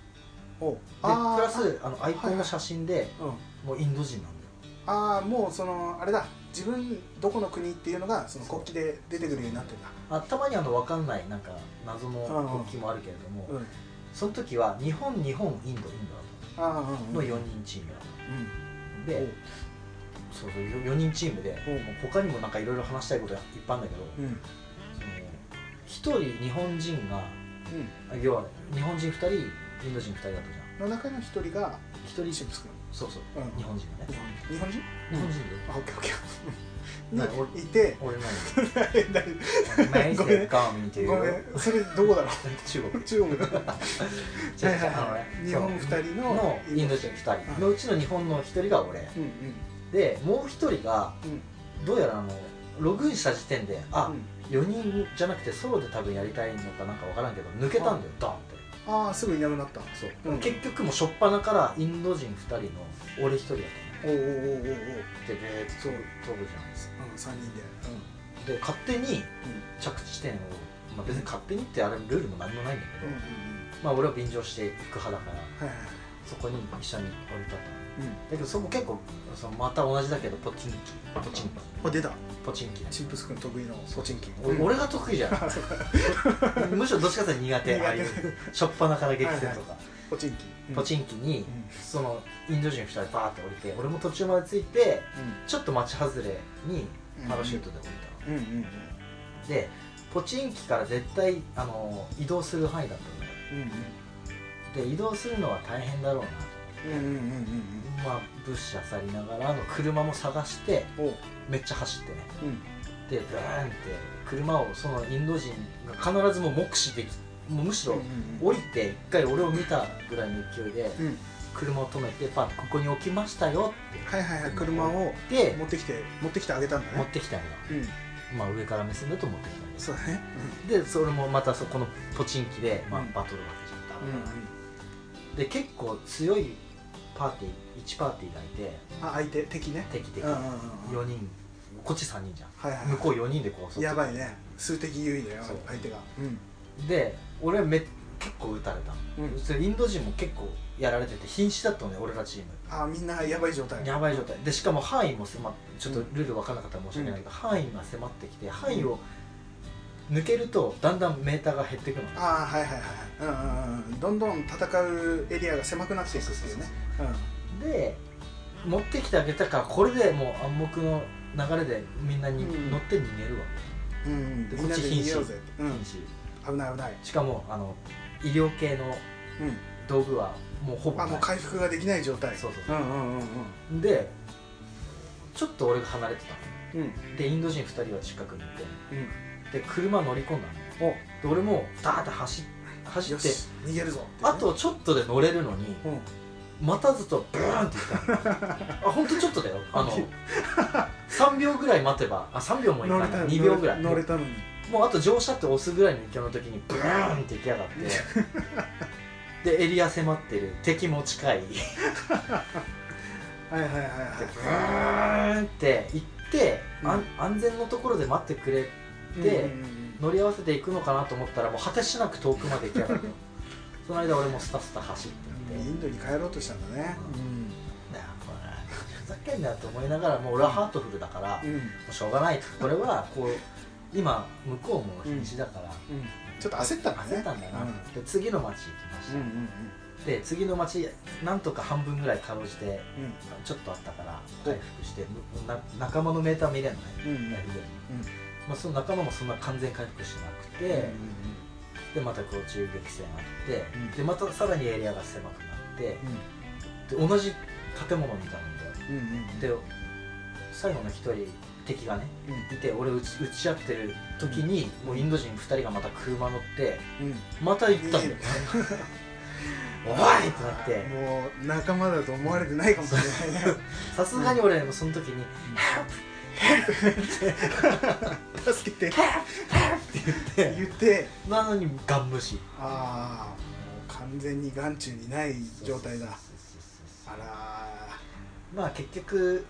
[SPEAKER 1] うんお
[SPEAKER 2] でプラ
[SPEAKER 1] ー
[SPEAKER 2] スあのアイコンの写真で
[SPEAKER 1] うん
[SPEAKER 2] もうインド人なんだよ
[SPEAKER 1] ああもうそのあれだ自分どこの国っていうのがその国旗で出てくるようになってんだ
[SPEAKER 2] あたまにあの分かんないなんか謎の国旗もあるけれども、
[SPEAKER 1] うん
[SPEAKER 2] その時は日本日本インドイン
[SPEAKER 1] ああうんうん
[SPEAKER 2] ドの4人チームだっ
[SPEAKER 1] うん
[SPEAKER 2] たで、そうそう4人チームで、
[SPEAKER 1] うん
[SPEAKER 2] もう他にもなんかいろいろ話したいことがいっぱいあるんだ
[SPEAKER 1] うんうん
[SPEAKER 2] けど、その1人日本人があ要は日本人2人インド人2人だったじゃん
[SPEAKER 1] の中の一人が
[SPEAKER 2] 1人
[SPEAKER 1] チンプス君
[SPEAKER 2] そうそう、
[SPEAKER 1] うん
[SPEAKER 2] 日本人がね
[SPEAKER 1] 日本人日本人
[SPEAKER 2] 日本人
[SPEAKER 1] あオッケーオッケーに
[SPEAKER 2] はい
[SPEAKER 1] い て
[SPEAKER 2] 俺も
[SPEAKER 1] だい
[SPEAKER 3] メイセッカーミーという
[SPEAKER 1] ごめんそれどこだろ
[SPEAKER 2] 中国
[SPEAKER 1] う中国だはい
[SPEAKER 2] じゃあ
[SPEAKER 1] は
[SPEAKER 2] あの
[SPEAKER 1] い
[SPEAKER 2] ね
[SPEAKER 1] 日本二人の
[SPEAKER 2] のインド人2人のうちの日本の1人が俺
[SPEAKER 1] うん
[SPEAKER 2] でもう1人が
[SPEAKER 1] うんうん
[SPEAKER 2] どうやらあのログインした時点であ
[SPEAKER 1] う、ん
[SPEAKER 2] 4人じゃなくてソロで多分やりたいのかなんか分からんけど抜けたんだよドンって
[SPEAKER 1] ああすぐいなくなった
[SPEAKER 2] そう、
[SPEAKER 1] うん
[SPEAKER 2] 結局もう初っ端からインド人2人の俺1人だっ
[SPEAKER 1] おおおおおおお
[SPEAKER 2] たでベーッと
[SPEAKER 1] そう
[SPEAKER 2] 飛ぶじゃん
[SPEAKER 1] うん三人で
[SPEAKER 2] で勝手
[SPEAKER 1] う
[SPEAKER 2] に
[SPEAKER 1] んうん
[SPEAKER 2] 着地点を、まあ、別に勝手にってあれルールも何もないんだけ
[SPEAKER 1] う
[SPEAKER 2] ど、
[SPEAKER 1] んうん
[SPEAKER 2] まあ俺は便乗していく派だから
[SPEAKER 1] うんはいはい
[SPEAKER 2] そこに一緒に降り立ったの
[SPEAKER 1] うん
[SPEAKER 2] だけどそこ結構そのまた同じだけどポチンキポチンキ
[SPEAKER 1] あ出た
[SPEAKER 2] ポチンキだ
[SPEAKER 1] チンプス君得意のポチンキン
[SPEAKER 2] 俺俺が得意じゃ
[SPEAKER 1] あそうか
[SPEAKER 2] んむしろどっちかというと 苦手
[SPEAKER 1] 苦手
[SPEAKER 2] ああいう初っ端から激戦とか
[SPEAKER 1] ポチンキン
[SPEAKER 2] ポチ
[SPEAKER 1] ン
[SPEAKER 2] ンキに
[SPEAKER 1] うん
[SPEAKER 2] そのインド人2人バーって降りて俺も途中まで着いてちょっと町外れにパラシュートで降りたの、
[SPEAKER 1] うんうんうん
[SPEAKER 2] でポチンキから絶対あの移動する範囲だったのよで移動するのは大変だろうなと
[SPEAKER 1] うんうんうんうんうん
[SPEAKER 2] まあ物資あさりながらあの車も探して
[SPEAKER 1] うんおう
[SPEAKER 2] めっちゃ走ってね
[SPEAKER 1] うん
[SPEAKER 2] でブーンって車をそのインド人が必ずもう目視できもうむしろ降りて一回俺を見たぐらいの勢いで
[SPEAKER 1] うん
[SPEAKER 2] 車を止めてパッとここに置きましたよ
[SPEAKER 1] はいはいはい車を
[SPEAKER 2] って言って
[SPEAKER 1] 持ってきて持ってきてあげたんだ
[SPEAKER 2] 持っ
[SPEAKER 1] ね
[SPEAKER 2] てきたのよ
[SPEAKER 1] うん
[SPEAKER 2] まあ上から目線だと思ってきたんです
[SPEAKER 1] そうだね
[SPEAKER 2] でそれもまたそこのポチンキで、まあ
[SPEAKER 1] うん、
[SPEAKER 2] バトルが始ま
[SPEAKER 1] うんうん
[SPEAKER 2] った、で結構強いパーティー1パーティーがいて
[SPEAKER 1] あ相手敵ね
[SPEAKER 2] 敵的
[SPEAKER 1] うんうん
[SPEAKER 2] に
[SPEAKER 1] うんうん
[SPEAKER 2] 4人こっち3人じゃん
[SPEAKER 1] はいはい
[SPEAKER 2] 向こう4人でこうそう
[SPEAKER 1] やばいね数的優位だよ
[SPEAKER 2] そう
[SPEAKER 1] 相手がうん
[SPEAKER 2] で俺はめ結構撃たれた、
[SPEAKER 1] うん
[SPEAKER 2] それインド人も結構やられてて瀕死だったのね俺らチーム
[SPEAKER 1] あみんなやばい状態
[SPEAKER 2] やばい状態でしかも範囲も迫ってちょっとルール分からなかったら申し訳ないけど、範囲が迫ってきて範囲を抜けるとだんだんメーターが減ってくの
[SPEAKER 1] ああはいはいはいうんうんうんどんどん戦うエリアが狭くなっていくっていうね
[SPEAKER 2] で持ってきてあげたからこれでもう暗黙の流れでみんなに
[SPEAKER 1] うん
[SPEAKER 2] 乗って逃げるわ、
[SPEAKER 1] うんうん
[SPEAKER 2] で
[SPEAKER 1] みんなで
[SPEAKER 2] こっち
[SPEAKER 1] 逃
[SPEAKER 2] 瀕死
[SPEAKER 1] げようぜうん
[SPEAKER 2] 瀕死
[SPEAKER 1] 危ない危ない
[SPEAKER 2] しかもあの医療系の
[SPEAKER 1] うん
[SPEAKER 2] 道具はもうほぼな
[SPEAKER 1] あ
[SPEAKER 2] い
[SPEAKER 1] もう回復ができない状態
[SPEAKER 2] そうそう
[SPEAKER 1] う
[SPEAKER 2] そ
[SPEAKER 1] んうんうんうん
[SPEAKER 2] うでちょっと俺が離れてた
[SPEAKER 1] うん
[SPEAKER 2] のでインド人2人は近くにい
[SPEAKER 1] うん
[SPEAKER 2] てで車乗り込んだので俺もダーッて走っ走
[SPEAKER 1] よ
[SPEAKER 2] って
[SPEAKER 1] し逃げるぞ
[SPEAKER 2] あとちょっとで乗れるのに
[SPEAKER 1] うん
[SPEAKER 2] 待たずとブーンって行 ったのあほんとちょっとだよあの 3秒ぐらい待てばあ3秒もいか
[SPEAKER 1] 乗
[SPEAKER 2] な
[SPEAKER 1] れ
[SPEAKER 2] い
[SPEAKER 1] た
[SPEAKER 2] 2秒ぐらい
[SPEAKER 1] 乗れたのに
[SPEAKER 2] もうあと乗車って押すぐらいの勢いの時にブーンって行きや がってでエリア迫ってる敵も近いで
[SPEAKER 1] はいはいはいはい
[SPEAKER 2] ブーンって行って、あん安全のところで待ってくれで
[SPEAKER 1] うんうんうん
[SPEAKER 2] 乗り合わせていくのかなと思ったらもう果てしなく遠くまで行きやがってその間俺もスタスタ走って
[SPEAKER 1] う
[SPEAKER 2] っ
[SPEAKER 1] ん
[SPEAKER 2] て
[SPEAKER 1] インドに帰ろうとしたんだね
[SPEAKER 2] なあこれふざけんなよと思いながらもう俺はハートフルだから、
[SPEAKER 1] うん
[SPEAKER 2] も
[SPEAKER 1] うん
[SPEAKER 2] うしょうがないとこれはこう今向こうも瀕死だから、
[SPEAKER 1] うんちょっと焦ったんだね
[SPEAKER 2] 焦ったんだな、
[SPEAKER 1] うん
[SPEAKER 2] で次の町行きました、
[SPEAKER 1] うんうん
[SPEAKER 2] で次の町なんとか半分ぐらいかろうじて
[SPEAKER 1] うんうん
[SPEAKER 2] ちょっとあったから回復して、むな仲間のメーター見れるのね、
[SPEAKER 1] うんうん
[SPEAKER 2] ライフでまあ、その仲間もそんな完全回復してなくて、でまたこう銃撃戦あって、
[SPEAKER 1] うん
[SPEAKER 2] でまたさらにエリアが狭くなってで同じ建物にいたんだよ
[SPEAKER 1] うんうんうん
[SPEAKER 2] で最後の一人敵がねいて俺打ち打ち合ってる時に、もうインド人2人がまた車乗って
[SPEAKER 1] うん
[SPEAKER 2] また行ったんだよ おいってなって
[SPEAKER 1] もう仲間だと思われてないかもしれない ね
[SPEAKER 2] さすがに俺もその時に「ハ
[SPEAKER 1] 助けて
[SPEAKER 2] ッ!」って
[SPEAKER 1] 言って
[SPEAKER 2] なのにガン無視
[SPEAKER 1] ああ完全に眼中にない状態だ
[SPEAKER 2] そうそうそうそ
[SPEAKER 1] あら
[SPEAKER 2] うまあ結局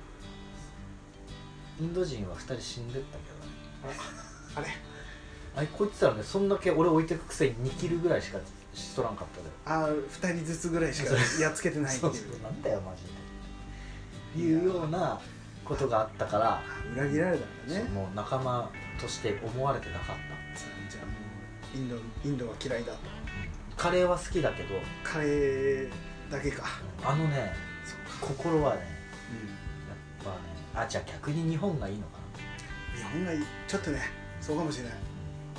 [SPEAKER 2] インド人は2人死んでったけどね
[SPEAKER 1] ーあれ
[SPEAKER 2] あいこいつらねそんだけ俺置いてくくせに2キルぐらいしかしとらんかったで
[SPEAKER 1] あー二人ずつぐらいしかやっつけてないって
[SPEAKER 2] そ
[SPEAKER 1] いう
[SPEAKER 2] うそうなんだよマジでいうようなことがあったから、
[SPEAKER 1] 裏切られたんだね
[SPEAKER 2] もう仲間として思われてなかった
[SPEAKER 1] じゃあもうインドインドは嫌いだと
[SPEAKER 2] カレーは好きだけど
[SPEAKER 1] カレーだけか
[SPEAKER 2] あのね
[SPEAKER 1] そうか、
[SPEAKER 2] 心はね
[SPEAKER 1] う
[SPEAKER 2] やっぱねあじゃあ逆に日本がいいのか
[SPEAKER 1] ん、日本がいいちょっとねそうかもしれない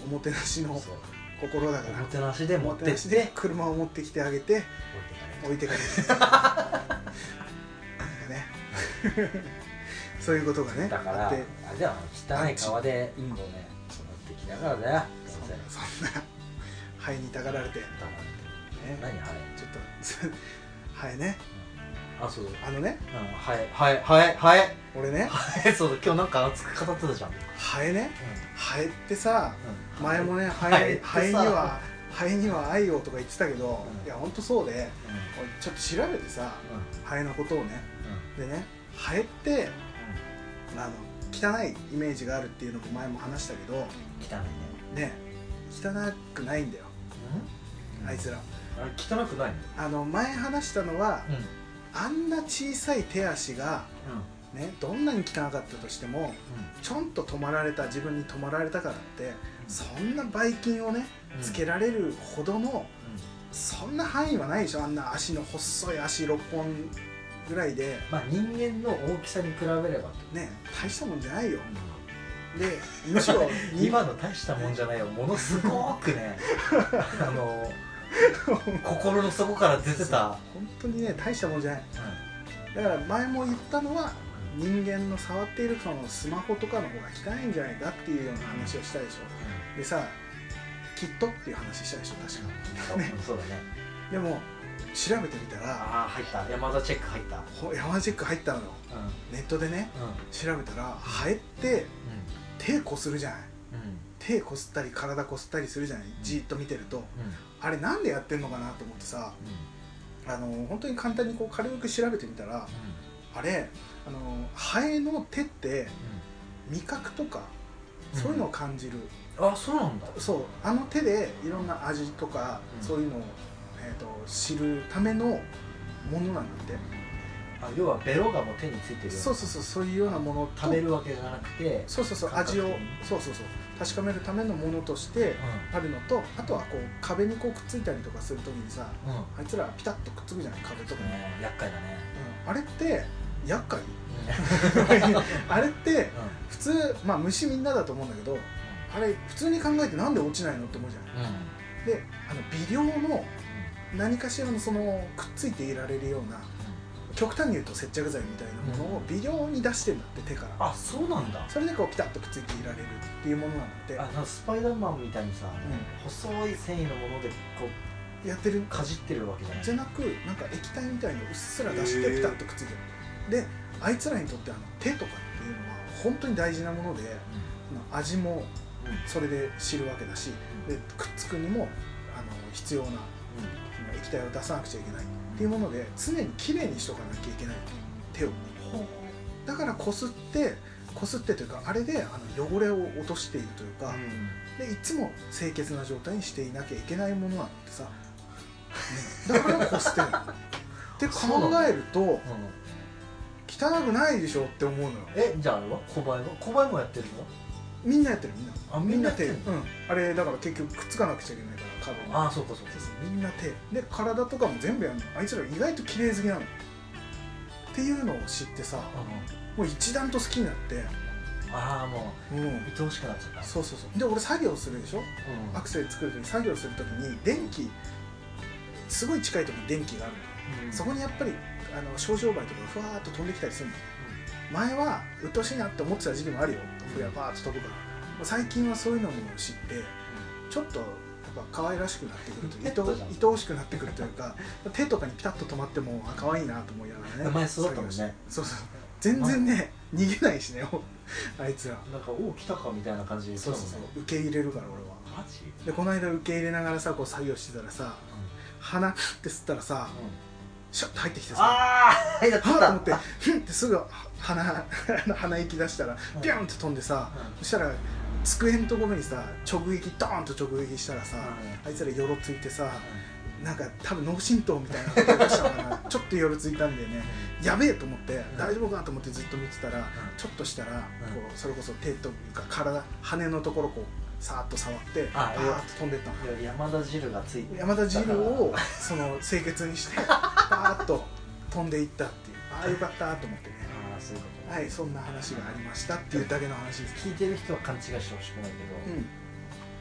[SPEAKER 1] おもてなし
[SPEAKER 2] な
[SPEAKER 1] の
[SPEAKER 2] そう
[SPEAKER 1] 心だか
[SPEAKER 2] おも
[SPEAKER 1] ら
[SPEAKER 2] てなしで
[SPEAKER 1] お
[SPEAKER 2] 持
[SPEAKER 1] も
[SPEAKER 2] ってて
[SPEAKER 1] な
[SPEAKER 2] っ
[SPEAKER 1] してで車を持ってきてあげて
[SPEAKER 2] 置い てかれる
[SPEAKER 1] 置いてかれるなんかね そういうことがね
[SPEAKER 2] だか
[SPEAKER 1] あ
[SPEAKER 2] ら
[SPEAKER 1] っ
[SPEAKER 2] あ
[SPEAKER 1] て
[SPEAKER 2] れだよ汚い川でインゴをね育ってきながらだよ
[SPEAKER 1] そ
[SPEAKER 2] ど
[SPEAKER 1] ん
[SPEAKER 2] うせ
[SPEAKER 1] なそんな肺にたがられて、ね、
[SPEAKER 2] 黙って何ハエ
[SPEAKER 1] ちょっとつはいね
[SPEAKER 2] あそうだ
[SPEAKER 1] あのね
[SPEAKER 2] うんハエハエハエハエ
[SPEAKER 1] 俺ね
[SPEAKER 2] ハエそうだ今日なんか熱く語ってたじゃん
[SPEAKER 1] ハエねハエってさ
[SPEAKER 2] うん
[SPEAKER 1] 前もねハ
[SPEAKER 2] ハエっ
[SPEAKER 1] エ
[SPEAKER 2] てさ
[SPEAKER 1] ハエにはハエには愛をとか言ってたけど、
[SPEAKER 2] うん
[SPEAKER 1] いやほんとそうで
[SPEAKER 2] うんうん
[SPEAKER 1] 俺ちょっと調べてさハエのことをねでねハエってあの汚いイメージがあるっていうのも前も話したけど
[SPEAKER 2] 汚いね
[SPEAKER 1] ね汚くないんだよあいつら
[SPEAKER 2] あれ汚くないの
[SPEAKER 1] あの前話したのは
[SPEAKER 2] うんうん
[SPEAKER 1] あんな小さい手足がねどんなに汚かったとしてもちょんと止まられた自分に止まられたからってそんなばい菌をね
[SPEAKER 2] うん
[SPEAKER 1] つけられるほどの
[SPEAKER 2] うん
[SPEAKER 1] そんな範囲はないでしょあんな足の細い足6本ぐらいで
[SPEAKER 2] まあ人間の大きさに比べればってこと
[SPEAKER 1] ね大したもんじゃないよでむし ろ
[SPEAKER 2] 今の大したもんじゃないよものすごくねあの心の底から出てた、
[SPEAKER 1] 本当にね大したもんじゃない
[SPEAKER 2] うん
[SPEAKER 1] だから前も言ったのは人間の触っているそのスマホとかの方が汚いんじゃないかっていうような話をしたでしょでさきっとっていう話したでしょ確か
[SPEAKER 2] そうだね
[SPEAKER 1] でも調べてみたら
[SPEAKER 2] ああ入った山田チェック入ったうん
[SPEAKER 1] ほ山マジック入ったのよ
[SPEAKER 2] うん
[SPEAKER 1] ネットでね調べたらハエって手こするじゃない
[SPEAKER 2] うん
[SPEAKER 1] 手こすったり体こすったりするじゃないじーっと見てるとあれなんでやってんのかなと思ってさあの本当に簡単にこう軽く調べてみたらあれあのハエの手って味覚とかそういうのを感じる、
[SPEAKER 2] うんあそうなんだ
[SPEAKER 1] そうあの手でいろんな味とか、
[SPEAKER 2] うん
[SPEAKER 1] そういうのを、えー、と知るためのものなんだって、
[SPEAKER 2] あ要はベロがもう手についてる
[SPEAKER 1] そうそうそうそういうようなものと
[SPEAKER 2] 食べるわけじゃなくて
[SPEAKER 1] そうそうそう
[SPEAKER 2] 感覚
[SPEAKER 1] 味
[SPEAKER 2] 的
[SPEAKER 1] を
[SPEAKER 2] に
[SPEAKER 1] そうそうそう確かめるためのものとしてあるのとあとはこう壁にこうくっついたりとかするときにさ
[SPEAKER 2] うん、
[SPEAKER 1] あいつらピタッとくっつくじゃない壁とかに、
[SPEAKER 2] うん、厄介だね
[SPEAKER 1] うんあれって 厄介
[SPEAKER 2] う
[SPEAKER 1] あれって
[SPEAKER 2] ん
[SPEAKER 1] 普通まあ虫みんなだと思うんだけどあれ普通に考えてなんで落ちないのって思うじゃない
[SPEAKER 2] うん
[SPEAKER 1] であの微量の何かしらのそのくっついていられるような極端に言うと接着剤みたいなものを微量に出してんだって手から
[SPEAKER 2] あそうなんだ
[SPEAKER 1] それでこうピタッとくっついていられるっていうものなんだって
[SPEAKER 2] あなんかスパイダーマンみたいにさ、
[SPEAKER 1] ん
[SPEAKER 2] 細い繊維のものでこう
[SPEAKER 1] やってる
[SPEAKER 2] かじってるわけじゃない
[SPEAKER 1] じゃなくなんか液体みたいのうっすら出して
[SPEAKER 2] へー
[SPEAKER 1] ピタッとくっついてるであいつらにとってあの手とかっていうのは本当に大事なものであの味も
[SPEAKER 2] うんうん
[SPEAKER 1] それで知るわけだしでくっつくにもあの必要な液体を出さなくちゃいけないっていうもので常にきれいにしとかなきゃいけない手を
[SPEAKER 2] うんほ
[SPEAKER 1] だからこすってこすってというかあれであの汚れを落としているというか、でいつも清潔な状態にしていなきゃいけないものなんてさだからこすってるの って考えると
[SPEAKER 2] ううん
[SPEAKER 1] 汚くないでしょって思うのよ
[SPEAKER 2] えじゃああれは小林は小林もやってるの
[SPEAKER 1] みんなやってるみんな
[SPEAKER 2] あみんなやって
[SPEAKER 1] 手
[SPEAKER 2] る
[SPEAKER 1] うんあれだから結局くっつかなくちゃいけないからカバー
[SPEAKER 2] あそうかそうか
[SPEAKER 1] みんな手で体とかも全部やるのあいつら意外と綺麗好きなのっていうのを知ってさもう一段と好きになって
[SPEAKER 2] ああも
[SPEAKER 1] うん
[SPEAKER 2] う愛おしくなっちゃった
[SPEAKER 1] そうそうそうで俺作業するでしょ
[SPEAKER 2] うん
[SPEAKER 1] アクセル作る時に作業する時に電気すごい近いとこに電気があるの
[SPEAKER 2] うん
[SPEAKER 1] そこにやっぱりあの症状灰とかがふわーっと飛んできたりするの、前は鬱陶しいなって思ってた時期もあるよ冬はバーッと飛ぶから最近はそういうのも知って、ちょっとやっぱ可愛らしくなってくるという
[SPEAKER 2] ペット
[SPEAKER 1] か
[SPEAKER 2] じゃん
[SPEAKER 1] 愛おしくなってくるという か手とかにピタッと止まってもあ可愛いなと思いながらね
[SPEAKER 2] 前そうだったもんね
[SPEAKER 1] 作業してそうそう全然ね逃げないしね あいつら
[SPEAKER 2] なんかおお来たかみたいな感じで
[SPEAKER 1] そうそうそう受け入れるから俺は
[SPEAKER 2] マジ
[SPEAKER 1] でこの間受け入れながらさこう作業してたらさ鼻って吸ったらさシャッと入ってきてさ
[SPEAKER 2] ああやっ
[SPEAKER 1] はっと思っててふんってすぐ鼻 鼻息出したら
[SPEAKER 2] うん
[SPEAKER 1] ビュンって飛んでさそしたら机のところにさ直撃ドーンと直撃したらさ、あいつらよろついてさなんか多分脳震盪みたいなことがしたのかな ちょっとよろついたんでねやべえと思って、
[SPEAKER 2] ん
[SPEAKER 1] 大丈夫かなと思ってずっと見てたら、ちょっとしたら、
[SPEAKER 2] うん
[SPEAKER 1] こうそれこそ手というか体羽のところこうさーっと触って
[SPEAKER 2] あ
[SPEAKER 1] バーッと飛んでったの
[SPEAKER 2] いや山田汁がついて
[SPEAKER 1] 山田汁をその清潔にしてバーッと飛んでいったっていうああよかったと思ってね
[SPEAKER 2] ああそういうこと
[SPEAKER 1] はいそんな話がありましたっていうだけの話です、
[SPEAKER 2] 聞いてる人は勘違いしてほしくないけ
[SPEAKER 1] う
[SPEAKER 2] ど
[SPEAKER 1] ん、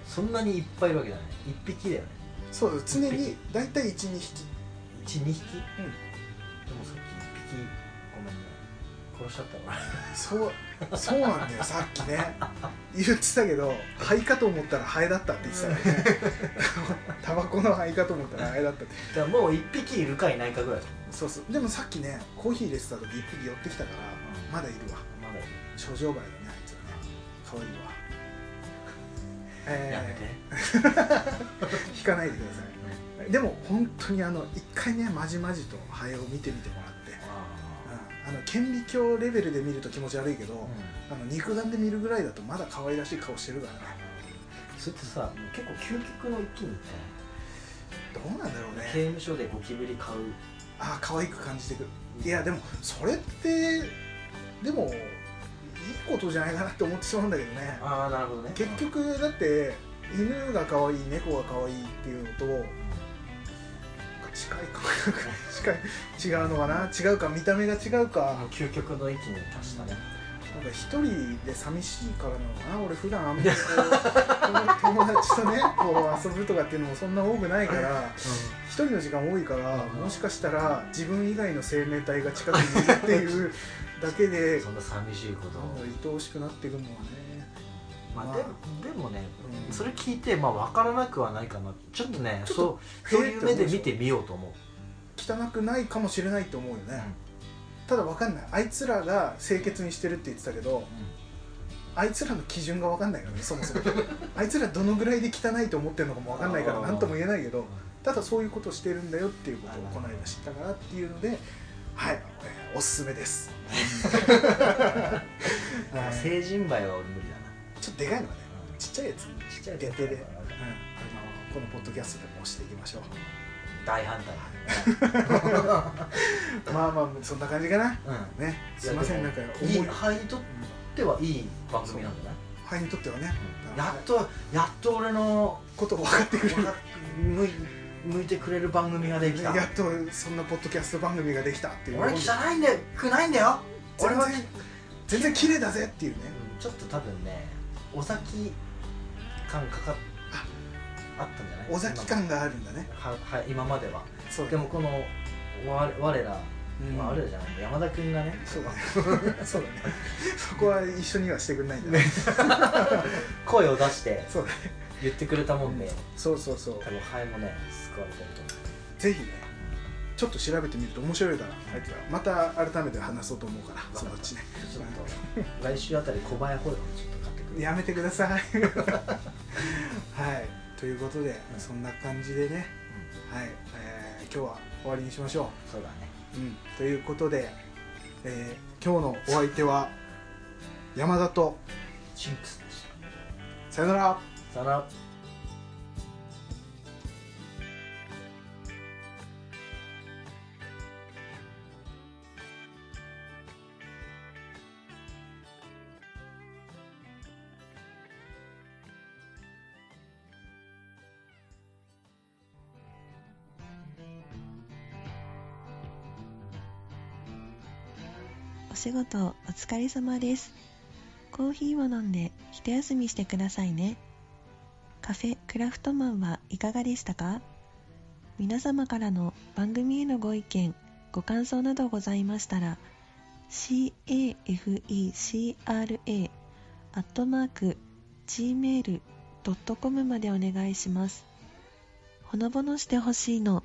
[SPEAKER 2] そんなにいっぱいいるわけじゃない一匹だよね
[SPEAKER 1] そうです常に大体12匹
[SPEAKER 2] 一
[SPEAKER 1] う
[SPEAKER 2] 二匹
[SPEAKER 1] ん
[SPEAKER 2] でもさっき一匹ごめんね殺しちゃったわ
[SPEAKER 1] そうそうなんだよさっきね言ってたけど肺かと思ったらハエだったって言ってた からねタバコの肺かと思ったらハエだったって
[SPEAKER 2] じゃあもう一匹いるかいないかぐらいだ
[SPEAKER 1] そうそうでもさっきねコーヒー入れてた時一匹寄ってきたからまだいるわ
[SPEAKER 2] まだいる
[SPEAKER 1] 症状外だねあいつはね可 愛いわ
[SPEAKER 2] やめて
[SPEAKER 1] えー、引かないでくださいでも本当にあの一回ねまじまじとハエを見てみてもらって、うん、あの顕微鏡レベルで見ると気持ち悪いけど、
[SPEAKER 2] うん
[SPEAKER 1] あの肉眼で見るぐらいだとまだ可愛らしい顔してるからね
[SPEAKER 2] それってさもう結構究極の一気にいって
[SPEAKER 1] どうなんだろう
[SPEAKER 2] ない
[SPEAKER 1] ね
[SPEAKER 2] 刑務所でゴキブリ買う
[SPEAKER 1] ああ可愛く感じてくるいやでもそれってでもいいことじゃないかなって思ってしまうんだけどね
[SPEAKER 2] ああなるほどね
[SPEAKER 1] 結局だって犬が可愛い猫が可愛いっていうのと近いか近い違うのかな違うか見た目が違う
[SPEAKER 2] あも
[SPEAKER 1] か
[SPEAKER 2] う究極の域に達したね
[SPEAKER 1] なんか一人で寂しいからなのかな俺普段あんまりこう友友達とねこう遊ぶとかっていうのもそんな多くないから一人の時間多いから
[SPEAKER 2] うん
[SPEAKER 1] もしかしたら自分以外の生命体が近くにいるっていうだけで
[SPEAKER 2] そんな寂しいことを
[SPEAKER 1] 愛おしくなっていくのはね
[SPEAKER 2] ま
[SPEAKER 1] ま
[SPEAKER 2] あ
[SPEAKER 1] あ
[SPEAKER 2] でもでもね
[SPEAKER 1] うん
[SPEAKER 2] それ聞いてまあ分からなくはないかなちょっとね
[SPEAKER 1] ちょっと
[SPEAKER 2] そうそういう目で見てみようと思う
[SPEAKER 1] 汚くないかもしれないと思うよね、ただ分かんないあいつらが清潔にしてるって言ってたけどあいつらの基準が分かんないからねそも そもあいつらどのぐらいで汚いと思ってるのかも分かんないから
[SPEAKER 2] あー
[SPEAKER 1] 何とも言えないけ
[SPEAKER 2] うん
[SPEAKER 1] どただそういうことしてるんだよっていうことを
[SPEAKER 2] あー
[SPEAKER 1] この間知ったからっていうのではい、えーおすすめです
[SPEAKER 2] まあ
[SPEAKER 1] はい
[SPEAKER 2] 成人梅は俺無理だな
[SPEAKER 1] ちょっとでかいのがねちっちゃいやつ
[SPEAKER 2] ちっちゃい
[SPEAKER 1] 限
[SPEAKER 2] 時
[SPEAKER 1] 定で、
[SPEAKER 2] だか
[SPEAKER 1] うん
[SPEAKER 2] ら
[SPEAKER 1] あのこのポッドキャストでも押していきましょ
[SPEAKER 2] 大反
[SPEAKER 1] うまあまあそんな感じかな
[SPEAKER 2] 対うん
[SPEAKER 1] ねすいませんなんか
[SPEAKER 2] いい
[SPEAKER 1] 重い
[SPEAKER 2] 肺にとってはいい番組なんだな
[SPEAKER 1] 肺にとってはね
[SPEAKER 2] やっとやっと俺の
[SPEAKER 1] ことを分かってくれる
[SPEAKER 2] 向い向いてくれる番組ができた
[SPEAKER 1] やっとそんなポッドキャスト番組ができたっていう
[SPEAKER 2] 俺汚いんだよくないんだよ俺
[SPEAKER 1] 全
[SPEAKER 2] は
[SPEAKER 1] 然全然綺麗だぜっていうね
[SPEAKER 2] ちょっと多分ね尾崎感かかっあったんじゃない
[SPEAKER 1] 尾崎感があるんだね
[SPEAKER 2] はは今までは
[SPEAKER 1] そうだ
[SPEAKER 2] で
[SPEAKER 1] ね
[SPEAKER 2] もこの我我ら、
[SPEAKER 1] うん
[SPEAKER 2] まあ、我らじゃない山田君がね
[SPEAKER 1] そう だねそうだねそこは一緒にはしてくれないんだね
[SPEAKER 2] 声を出して
[SPEAKER 1] そうだね
[SPEAKER 2] 言ってくれたもんで、
[SPEAKER 1] そうそうそう
[SPEAKER 2] 多分肺もね救われてると思
[SPEAKER 1] ぜひねちょっと調べてみると面白いからあいつらまた改めて話そうと思うからそのうちね
[SPEAKER 2] うちょっと来週あたり小林ホイホイちょっと買ってくる
[SPEAKER 1] やめてくださいはいということでそんな感じでね
[SPEAKER 2] う
[SPEAKER 1] はい、えー今日は終わりにしましょう
[SPEAKER 2] うんそうだね
[SPEAKER 1] うん、ということで、えー今日のお相手は山田と
[SPEAKER 2] シンクスでし
[SPEAKER 1] さよなら
[SPEAKER 2] たさよなら
[SPEAKER 4] お仕事お疲れ様です。コーヒーを飲んで一休みしてくださいね。カフェクラフトマンはいかがでしたか皆様からの番組へのご意見、ご感想などございましたら、cafecra.gmail.com までお願いします。ほのぼのしてほしいの